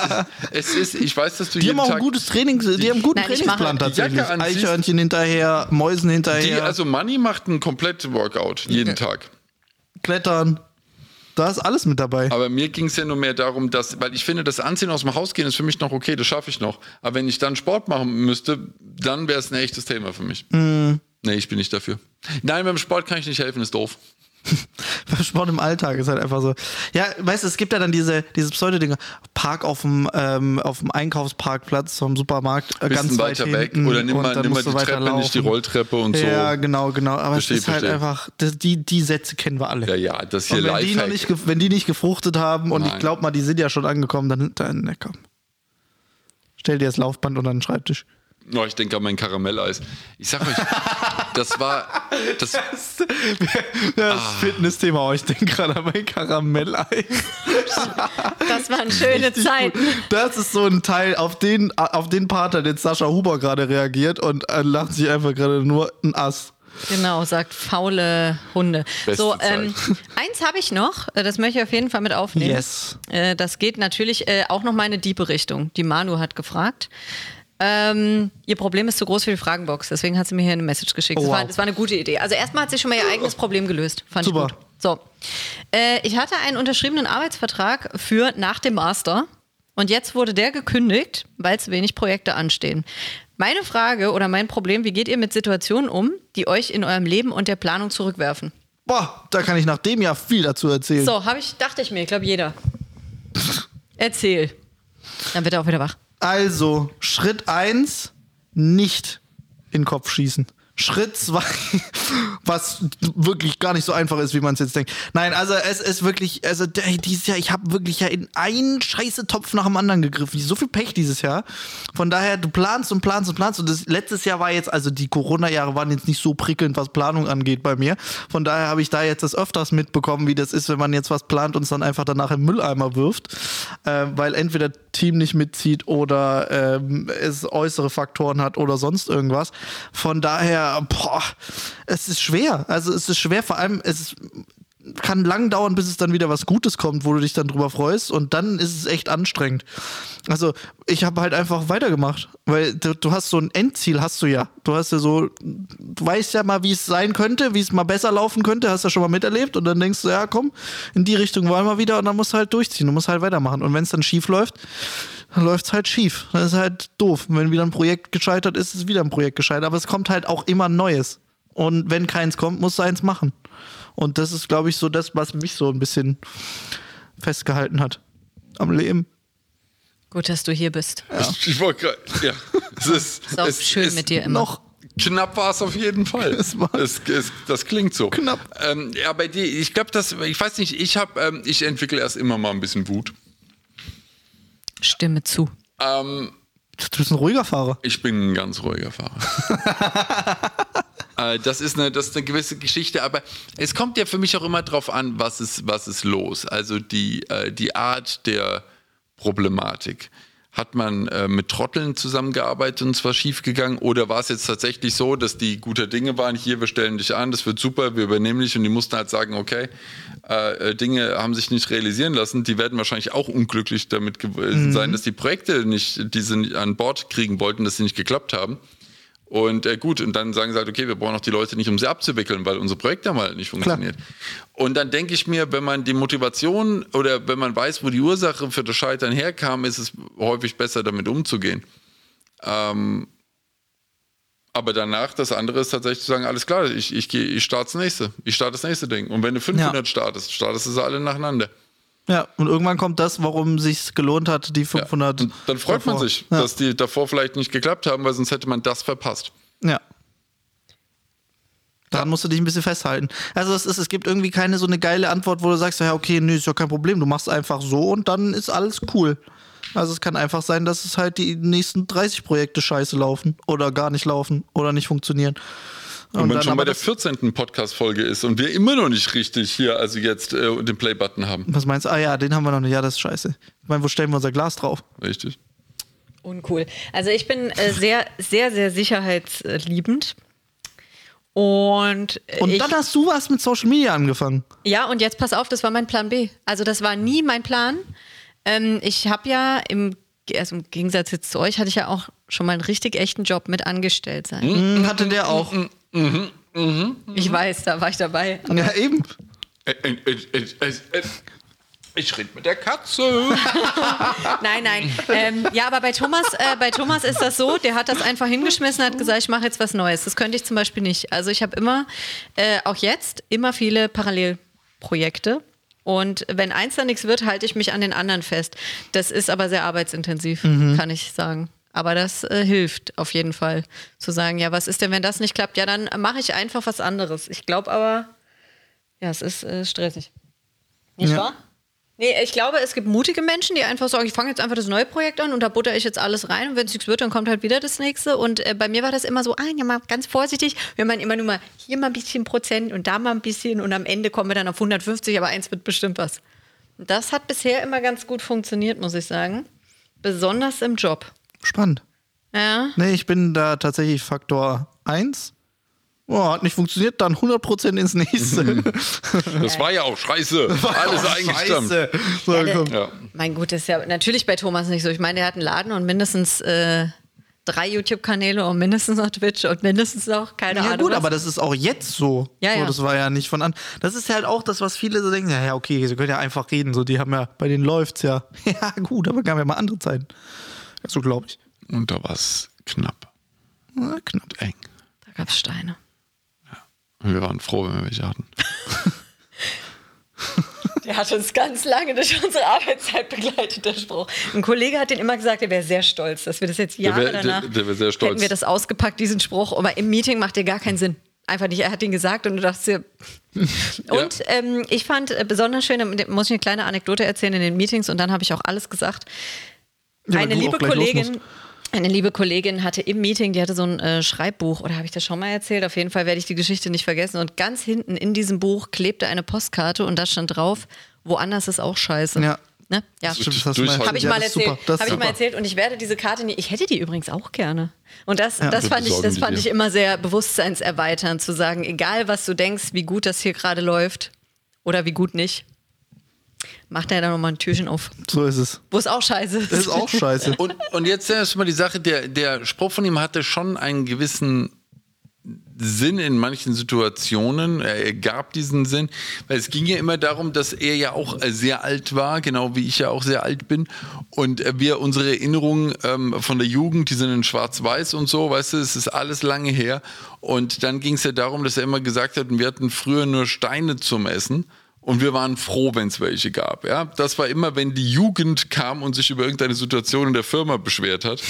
Speaker 1: es ist, ich weiß, dass du
Speaker 3: Die
Speaker 1: jeden
Speaker 3: haben auch ein
Speaker 1: Tag
Speaker 3: gutes Training, die haben einen guten
Speaker 2: Nein, ich mache-
Speaker 3: Trainingsplan
Speaker 2: Die
Speaker 1: Jacke
Speaker 3: tatsächlich.
Speaker 1: an sich-
Speaker 3: Eichhörnchen hinterher, Mäusen
Speaker 1: die,
Speaker 3: hinterher,
Speaker 1: also Money macht einen kompletten Workout jeden Tag.
Speaker 3: Klettern. Da ist alles mit <laughs> dabei.
Speaker 1: Aber mir ging es ja nur mehr darum, dass, weil ich finde, das Anziehen aus dem Haus gehen ist für mich noch okay, das schaffe ich noch. Aber wenn ich dann Sport machen müsste, dann wäre es ein echtes Thema für mich.
Speaker 3: Mm.
Speaker 1: Nee, ich bin nicht dafür. Nein, beim Sport kann ich nicht helfen, ist doof.
Speaker 3: Sport im Alltag ist halt einfach so. Ja, weißt du, es gibt ja dann diese, diese Pseudodinger. Park auf dem, ähm, auf dem Einkaufsparkplatz vom Supermarkt äh,
Speaker 1: Bisschen
Speaker 3: ganz weit
Speaker 1: weiter weg
Speaker 3: hinten
Speaker 1: oder nimm
Speaker 3: und
Speaker 1: mal,
Speaker 3: dann
Speaker 1: nimm mal
Speaker 3: musst
Speaker 1: die
Speaker 3: du weiter
Speaker 1: Treppe, nicht die
Speaker 3: laufen.
Speaker 1: Rolltreppe und so.
Speaker 3: Ja, genau, genau. Aber
Speaker 1: Verstehe,
Speaker 3: es ist halt
Speaker 1: verstehe.
Speaker 3: einfach, das, die, die Sätze kennen wir alle.
Speaker 1: Ja, ja, das hier
Speaker 3: Und wenn die, noch
Speaker 1: Lifehack.
Speaker 3: nicht, ge- wenn die nicht gefruchtet haben und ich
Speaker 1: Nein.
Speaker 3: glaube mal, die sind ja schon angekommen, dann, dann na komm. Stell dir das Laufband unter den Schreibtisch. <laughs>
Speaker 1: Oh, ich denke an mein Karamelleis. Ich sag euch,
Speaker 2: <laughs>
Speaker 1: das war. Das,
Speaker 3: Das
Speaker 1: Ah.
Speaker 3: Fitnessthema, aber ich denke gerade an mein <laughs> Karamelleis.
Speaker 2: Das waren schöne Zeiten.
Speaker 3: Das ist so ein Teil, auf den, auf den Part hat jetzt Sascha Huber gerade reagiert und äh, lacht sich einfach gerade nur ein Ass.
Speaker 2: Genau, sagt faule Hunde.
Speaker 1: Beste
Speaker 2: so, ähm,
Speaker 1: Zeit.
Speaker 2: eins habe ich noch, äh, das möchte ich auf jeden Fall mit aufnehmen.
Speaker 3: Yes.
Speaker 2: Äh, das geht natürlich äh, auch noch mal in eine diebe Richtung. Die Manu hat gefragt. Ähm, ihr Problem ist zu groß für die Fragenbox, deswegen hat sie mir hier eine Message geschickt.
Speaker 3: Oh,
Speaker 2: das, war,
Speaker 3: wow.
Speaker 2: das war eine gute Idee. Also erstmal hat sie schon mal ihr eigenes Problem gelöst. Fand
Speaker 3: Super.
Speaker 2: ich gut. So. Äh, ich hatte einen unterschriebenen Arbeitsvertrag für nach dem Master und jetzt wurde der gekündigt, weil zu wenig Projekte anstehen. Meine Frage oder mein Problem, wie geht ihr mit Situationen um, die euch in eurem Leben und der Planung zurückwerfen?
Speaker 3: Boah, da kann ich nach dem Jahr viel dazu erzählen.
Speaker 2: So, habe ich, dachte ich mir, ich glaube jeder. Erzähl. Dann wird er auch wieder wach.
Speaker 3: Also, Schritt 1, nicht in den Kopf schießen. Schritt 2, <laughs> was wirklich gar nicht so einfach ist, wie man es jetzt denkt. Nein, also es ist wirklich, also d- dieses Jahr, ich habe wirklich ja in einen scheiße Topf nach dem anderen gegriffen. So viel Pech dieses Jahr. Von daher, du planst und planst und planst. Und das letztes Jahr war jetzt, also die Corona-Jahre waren jetzt nicht so prickelnd, was Planung angeht bei mir. Von daher habe ich da jetzt das öfters mitbekommen, wie das ist, wenn man jetzt was plant und es dann einfach danach im Mülleimer wirft. Äh, weil entweder Team nicht mitzieht oder ähm, es äußere Faktoren hat oder sonst irgendwas. Von daher, boah, es ist schwer. Also es ist schwer, vor allem, es ist kann lang dauern, bis es dann wieder was Gutes kommt, wo du dich dann drüber freust und dann ist es echt anstrengend. Also ich habe halt einfach weitergemacht, weil du, du hast so ein Endziel, hast du ja. Du hast ja so, du weißt ja mal, wie es sein könnte, wie es mal besser laufen könnte, hast ja schon mal miterlebt und dann denkst du, ja komm, in die Richtung wollen wir wieder und dann musst du halt durchziehen, du musst halt weitermachen und wenn es dann schief läuft, dann läuft es halt schief. Das ist halt doof. Und wenn wieder ein Projekt gescheitert ist, ist wieder ein Projekt gescheitert, aber es kommt halt auch immer ein neues. Und wenn keins kommt, musst du eins machen. Und das ist, glaube ich, so das, was mich so ein bisschen festgehalten hat am Leben.
Speaker 2: Gut, dass du hier bist.
Speaker 1: ich wollte gerade. Ja, es ist.
Speaker 2: Ist auch
Speaker 1: es
Speaker 2: schön
Speaker 1: ist
Speaker 2: mit dir immer.
Speaker 3: Noch
Speaker 1: Knapp war es auf jeden Fall.
Speaker 3: Es war-
Speaker 1: Es- es- das klingt so.
Speaker 3: Knapp.
Speaker 1: Ähm, ja, bei dir, ich glaube, das, ich weiß nicht, ich habe, ähm, ich entwickle erst immer mal ein bisschen Wut.
Speaker 2: Stimme zu.
Speaker 1: Ähm,
Speaker 3: Du bist ein ruhiger Fahrer.
Speaker 1: Ich bin ein ganz ruhiger Fahrer. Äh, Das ist, eine, das ist eine gewisse Geschichte, aber es kommt ja für mich auch immer drauf an, was ist, was ist los. Also die, äh, die Art der Problematik. Hat man äh, mit Trotteln zusammengearbeitet und es war schiefgegangen? Oder war es jetzt tatsächlich so, dass die guter Dinge waren, hier, wir stellen dich an, das wird super, wir übernehmen dich und die mussten halt sagen, okay, äh, äh, Dinge haben sich nicht realisieren lassen, die werden wahrscheinlich auch unglücklich damit gewesen sein, dass die Projekte nicht, die sie an Bord kriegen wollten, dass sie nicht geklappt haben. Und äh, gut, und dann sagen sie halt, okay, wir brauchen auch die Leute nicht, um sie abzuwickeln, weil unsere Projekte haben halt nicht funktioniert. Und dann denke ich mir, wenn man die Motivation oder wenn man weiß, wo die Ursache für das Scheitern herkam, ist es häufig besser, damit umzugehen. Ähm, aber danach, das andere ist tatsächlich zu sagen, alles klar, ich, ich, gehe- ich starte das nächste, ich starte das nächste Ding. Und wenn du 500 startest, startest du sie alle nacheinander.
Speaker 3: Ja, und irgendwann kommt das, warum sich's gelohnt hat, die
Speaker 1: Ja.
Speaker 3: 500.
Speaker 1: Und dann freut man
Speaker 3: davor.
Speaker 1: sich,
Speaker 3: Ja.
Speaker 1: dass die davor vielleicht nicht geklappt haben, weil sonst hätte man das verpasst.
Speaker 3: Ja. Daran musst du dich ein bisschen festhalten. Also es, ist, es gibt irgendwie keine so eine geile Antwort, wo du sagst, ja, okay, nee, ist ja kein Problem. Du machst einfach so und dann ist alles cool. Also es kann einfach sein, dass es halt die nächsten 30 Projekte scheiße laufen oder gar nicht laufen oder nicht funktionieren.
Speaker 1: Und, man
Speaker 3: dann
Speaker 1: schon bei
Speaker 3: aber
Speaker 1: der
Speaker 3: das-
Speaker 1: 14. Podcast-Folge ist und wir immer noch nicht richtig hier, also jetzt äh, den Play-Button haben.
Speaker 3: Was meinst du? Ah ja, den haben wir noch nicht. Ja, das ist scheiße. Ich meine, wo stellen wir unser Glas drauf?
Speaker 1: Richtig.
Speaker 2: Uncool. Also ich bin äh, sehr, sehr, sehr sicherheitsliebend. Und, äh,
Speaker 3: Und
Speaker 2: ich,
Speaker 3: dann hast du was mit Social Media angefangen.
Speaker 2: ja, und jetzt pass auf, das war mein Plan B. Also das war nie mein Plan. Ähm, ich habe ja im, also im Gegensatz jetzt zu euch, hatte ich ja auch schon mal einen richtig echten Job mit angestellt sein.
Speaker 3: Hm, hatte
Speaker 2: mm,
Speaker 3: der auch.
Speaker 2: Ich weiß, da war ich dabei.
Speaker 3: Ja, eben.
Speaker 1: Äh, äh, äh, äh, äh, Ich rede mit der Katze.
Speaker 2: Nein, nein. Ähm, ja, aber bei Thomas, äh, bei Thomas ist das so, der hat das einfach hingeschmissen, hat gesagt, ich mache jetzt was Neues. Das könnte ich zum Beispiel nicht. Also ich habe immer, äh, auch jetzt, immer viele Parallelprojekte. Und wenn eins da nichts wird, halte ich mich an den anderen fest. Das ist aber sehr arbeitsintensiv, kann ich sagen. Aber das äh, hilft auf jeden Fall, zu sagen, ja, was ist denn, wenn das nicht klappt? Ja, dann mache ich einfach was anderes. Ich glaube aber, ja, es ist äh, stressig. Nicht
Speaker 3: Ja.
Speaker 2: wahr? Nee, ich glaube, es gibt mutige Menschen, die einfach sagen, ich fange jetzt einfach das neue Projekt an und da butter ich jetzt alles rein und wenn es nichts wird, dann kommt halt wieder das nächste. Und äh, bei mir war das immer so, ah, ja, mal ganz vorsichtig. Wir machen immer nur mal hier mal ein bisschen Prozent und da mal ein bisschen und am Ende kommen wir dann auf 150, aber eins wird bestimmt was. Und Das hat bisher immer ganz gut funktioniert, muss ich sagen. Besonders im Job.
Speaker 3: Spannend.
Speaker 2: Ja.
Speaker 3: Nee, ich bin da tatsächlich Faktor 1. Oh, hat nicht funktioniert, dann 100% ins <laughs> nächste.
Speaker 1: <laughs> Das war ja auch scheiße. Alles eingestampft.
Speaker 3: Scheiße. So, komm.
Speaker 1: Ja.
Speaker 2: Äh, Mein Gott, das ist ja natürlich bei Thomas nicht so. Ich meine, er hat einen Laden und mindestens äh, drei YouTube-Kanäle und mindestens noch Twitch und mindestens noch, keine
Speaker 3: Ja,
Speaker 2: Ahnung.
Speaker 3: gut,
Speaker 2: was.
Speaker 3: aber das ist auch jetzt so.
Speaker 2: Ja,
Speaker 3: so
Speaker 2: ja.
Speaker 3: Das war ja nicht von an. Das ist halt auch das, was viele so denken: Ja, ja, okay, sie können ja einfach reden. So, die haben ja, bei denen läuft's ja. <laughs> Ja, gut, aber gab ja mal andere Zeiten. So, glaube ich.
Speaker 1: Und da war es knapp
Speaker 3: Na, knapp.
Speaker 1: und eng.
Speaker 2: da gab es Steine.
Speaker 1: Und wir waren froh, wenn wir welche hatten.
Speaker 2: Der hat uns ganz lange durch unsere Arbeitszeit begleitet, der Spruch. Ein Kollege hat den immer gesagt, er wäre sehr stolz, dass wir das jetzt Jahre
Speaker 1: wär- der-
Speaker 2: danach
Speaker 1: der wär sehr stolz.
Speaker 2: hätten wir das ausgepackt, diesen Spruch. Aber im Meeting macht der gar keinen Sinn. Einfach nicht. Er hat den gesagt und du dachtest dir. Und ähm, ich fand äh, besonders schön, da muss ich eine kleine Anekdote erzählen in den Meetings und dann habe ich auch alles gesagt.
Speaker 3: Ja, weil
Speaker 2: eine
Speaker 3: du auch
Speaker 2: liebe
Speaker 3: gleich los
Speaker 2: Kollegin.
Speaker 3: musst.
Speaker 2: Eine liebe Kollegin hatte im Meeting, die hatte so ein äh, Schreibbuch, oder habe ich das schon mal erzählt? Auf jeden Fall werde ich die Geschichte nicht vergessen. Und ganz hinten in diesem Buch klebte eine Postkarte und da stand drauf, woanders ist auch scheiße.
Speaker 3: Ja.
Speaker 2: Ne? ja.
Speaker 1: Stimmt,
Speaker 3: hast du
Speaker 1: durchhalten.
Speaker 2: Habe ich
Speaker 3: ja,
Speaker 2: mal
Speaker 3: das ist
Speaker 2: erzählt.
Speaker 3: super, das
Speaker 2: Habe
Speaker 3: ist
Speaker 2: ich mal
Speaker 3: super.
Speaker 2: erzählt und ich werde diese Karte nie. Ich hätte die übrigens auch gerne. Und das, das
Speaker 1: Wir
Speaker 2: fand ich,
Speaker 1: besorgen
Speaker 2: das
Speaker 1: die
Speaker 2: fand
Speaker 1: dir.
Speaker 2: ich immer sehr bewusstseinserweiternd, zu sagen, egal was du denkst, wie gut das hier gerade läuft oder wie gut nicht, macht er da nochmal ein Türchen auf,
Speaker 3: So ist es.
Speaker 2: wo es auch scheiße ist.
Speaker 3: Das ist auch scheiße.
Speaker 1: Und, und jetzt erstmal die Sache, der, der Spruch von ihm hatte schon einen gewissen Sinn in manchen Situationen. Er, er gab diesen Sinn, weil es ging ja immer darum, dass er ja auch äh, sehr alt war, genau wie ich ja auch sehr alt bin. Und äh, wir unsere Erinnerungen ähm, von der Jugend, die sind in Schwarz-Weiß und so, weißt du, es ist alles lange her. Und dann ging es ja darum, dass er immer gesagt hat, wir hatten früher nur Steine zum Essen. Und wir waren froh, wenn es welche gab. Ja? Das war immer, wenn die Jugend kam und sich über irgendeine Situation in der Firma beschwert hat,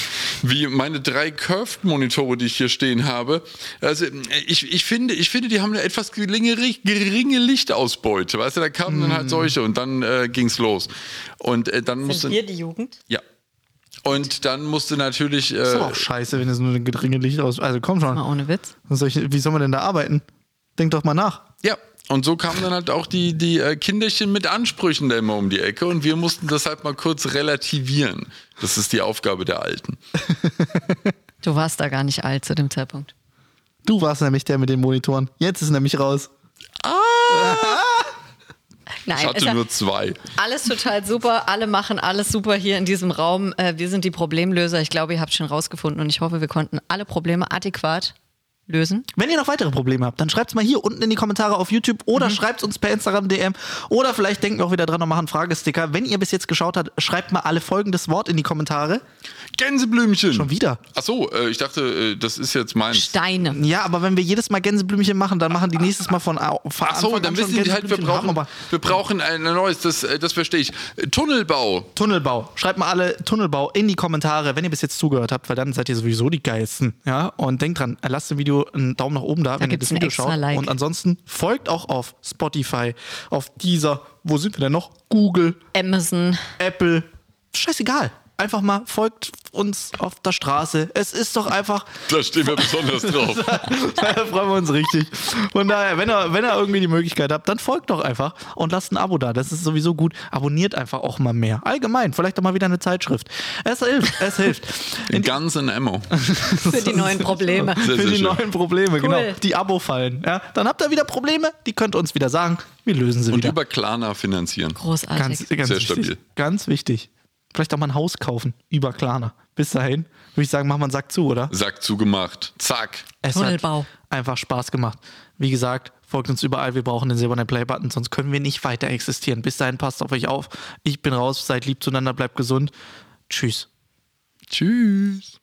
Speaker 1: wie meine drei Curved-Monitore, die ich hier stehen habe. Also ich, ich, finde, ich finde, die haben eine etwas geringe, geringe Lichtausbeute. Weißt du, da kamen dann
Speaker 3: Mhm.
Speaker 1: halt solche und dann äh, ging es los. Und äh, dann musste...
Speaker 2: <laughs> Sind wir die Jugend?
Speaker 1: Ja. Und dann musste natürlich...
Speaker 3: Ist
Speaker 1: Äh,
Speaker 3: aber auch scheiße, wenn es nur eine geringe Licht aus. Also komm schon.
Speaker 2: Mal ohne Witz.
Speaker 3: Solche- Wie soll man denn da arbeiten? Denk doch mal nach.
Speaker 1: Ja, und so kamen dann halt auch die, die äh, Kinderchen mit Ansprüchen da immer um die Ecke und wir mussten das halt mal kurz relativieren. Das ist die Aufgabe der Alten.
Speaker 2: Du warst da gar nicht alt zu dem Zeitpunkt.
Speaker 3: Du warst nämlich der mit den Monitoren. Jetzt ist nämlich raus.
Speaker 1: Ich
Speaker 2: Nein, es
Speaker 1: hatte nur zwei.
Speaker 2: Alles total super, alle machen alles super hier in diesem Raum. Äh, wir sind die Problemlöser. Ich glaube, ihr habt schon rausgefunden und ich hoffe, wir konnten alle Probleme adäquat lösen.
Speaker 3: Wenn ihr noch weitere Probleme habt, dann schreibt's mal hier unten in die Kommentare auf YouTube oder
Speaker 1: Mhm.
Speaker 3: schreibt's uns per Instagram DM oder vielleicht denken wir auch wieder dran und machen Fragesticker. Wenn ihr bis jetzt geschaut habt, schreibt mal alle folgendes Wort in die Kommentare.
Speaker 1: Gänseblümchen.
Speaker 3: Schon wieder?
Speaker 1: Ach so, äh, ich dachte, äh, das ist jetzt meins.
Speaker 2: Steine.
Speaker 3: Ja, aber wenn wir jedes Mal Gänseblümchen machen, dann machen die nächstes Mal von au- von
Speaker 1: Ah. Ach so,
Speaker 3: Anfang
Speaker 1: dann
Speaker 3: an
Speaker 1: wissen
Speaker 3: schon
Speaker 1: die halt, wir
Speaker 3: Gänseblümchen
Speaker 1: brauchen,
Speaker 3: haben, aber
Speaker 1: wir brauchen ein neues, das, äh, das verstehe ich. Äh, Tunnelbau.
Speaker 3: Tunnelbau. Schreibt mal alle Tunnelbau in die Kommentare, wenn ihr bis jetzt zugehört habt, weil dann seid ihr sowieso die Geilsten. Ja, und denkt dran, lasst dem Video einen Daumen nach oben da, wenn ihr
Speaker 2: gibt's
Speaker 3: das
Speaker 2: ein
Speaker 3: Video
Speaker 2: extra
Speaker 3: schaut.
Speaker 2: Like.
Speaker 3: Und ansonsten folgt auch auf Spotify, auf dieser, wo sind wir denn noch? Google,
Speaker 2: Amazon.
Speaker 3: Apple, scheißegal. Einfach mal folgt uns auf der Straße. Es ist doch einfach,
Speaker 1: Da stehen wir
Speaker 3: <laughs>
Speaker 1: besonders drauf.
Speaker 3: da freuen wir uns richtig. Von daher, wenn ihr, wenn ihr irgendwie die Möglichkeit habt, dann folgt doch einfach und lasst ein Abo da. Das ist sowieso gut. Abonniert einfach auch mal mehr. Allgemein, vielleicht auch mal wieder eine Zeitschrift. Es hilft,
Speaker 1: <laughs>
Speaker 3: es hilft.
Speaker 1: In ganz in Emmo.
Speaker 2: Für die neuen
Speaker 3: <laughs>
Speaker 2: Probleme.
Speaker 1: Sehr, sehr
Speaker 3: Für die
Speaker 1: schön.
Speaker 3: neuen Probleme, genau. Die Abo fallen. Ja? Dann habt ihr wieder Probleme, die könnt ihr uns wieder sagen. Wir lösen sie
Speaker 1: Und
Speaker 3: wieder.
Speaker 1: über Klarna finanzieren.
Speaker 2: Großartig.
Speaker 3: Ganz, ganz
Speaker 1: Sehr
Speaker 3: wichtig.
Speaker 1: stabil.
Speaker 3: Ganz wichtig. Vielleicht auch mal ein Haus kaufen über Klarna. Bis dahin würde ich sagen, machen wir einen Sack zu, oder?
Speaker 1: Sack zugemacht. Zack.
Speaker 3: Es
Speaker 2: Tunnelbau.
Speaker 3: hat einfach Spaß gemacht. Wie gesagt, folgt uns überall. Wir brauchen den silbernen Play-Button, sonst können wir nicht weiter existieren. Bis dahin, passt auf euch auf. Ich bin raus. Seid lieb zueinander, bleibt gesund. Tschüss.
Speaker 1: Tschüss.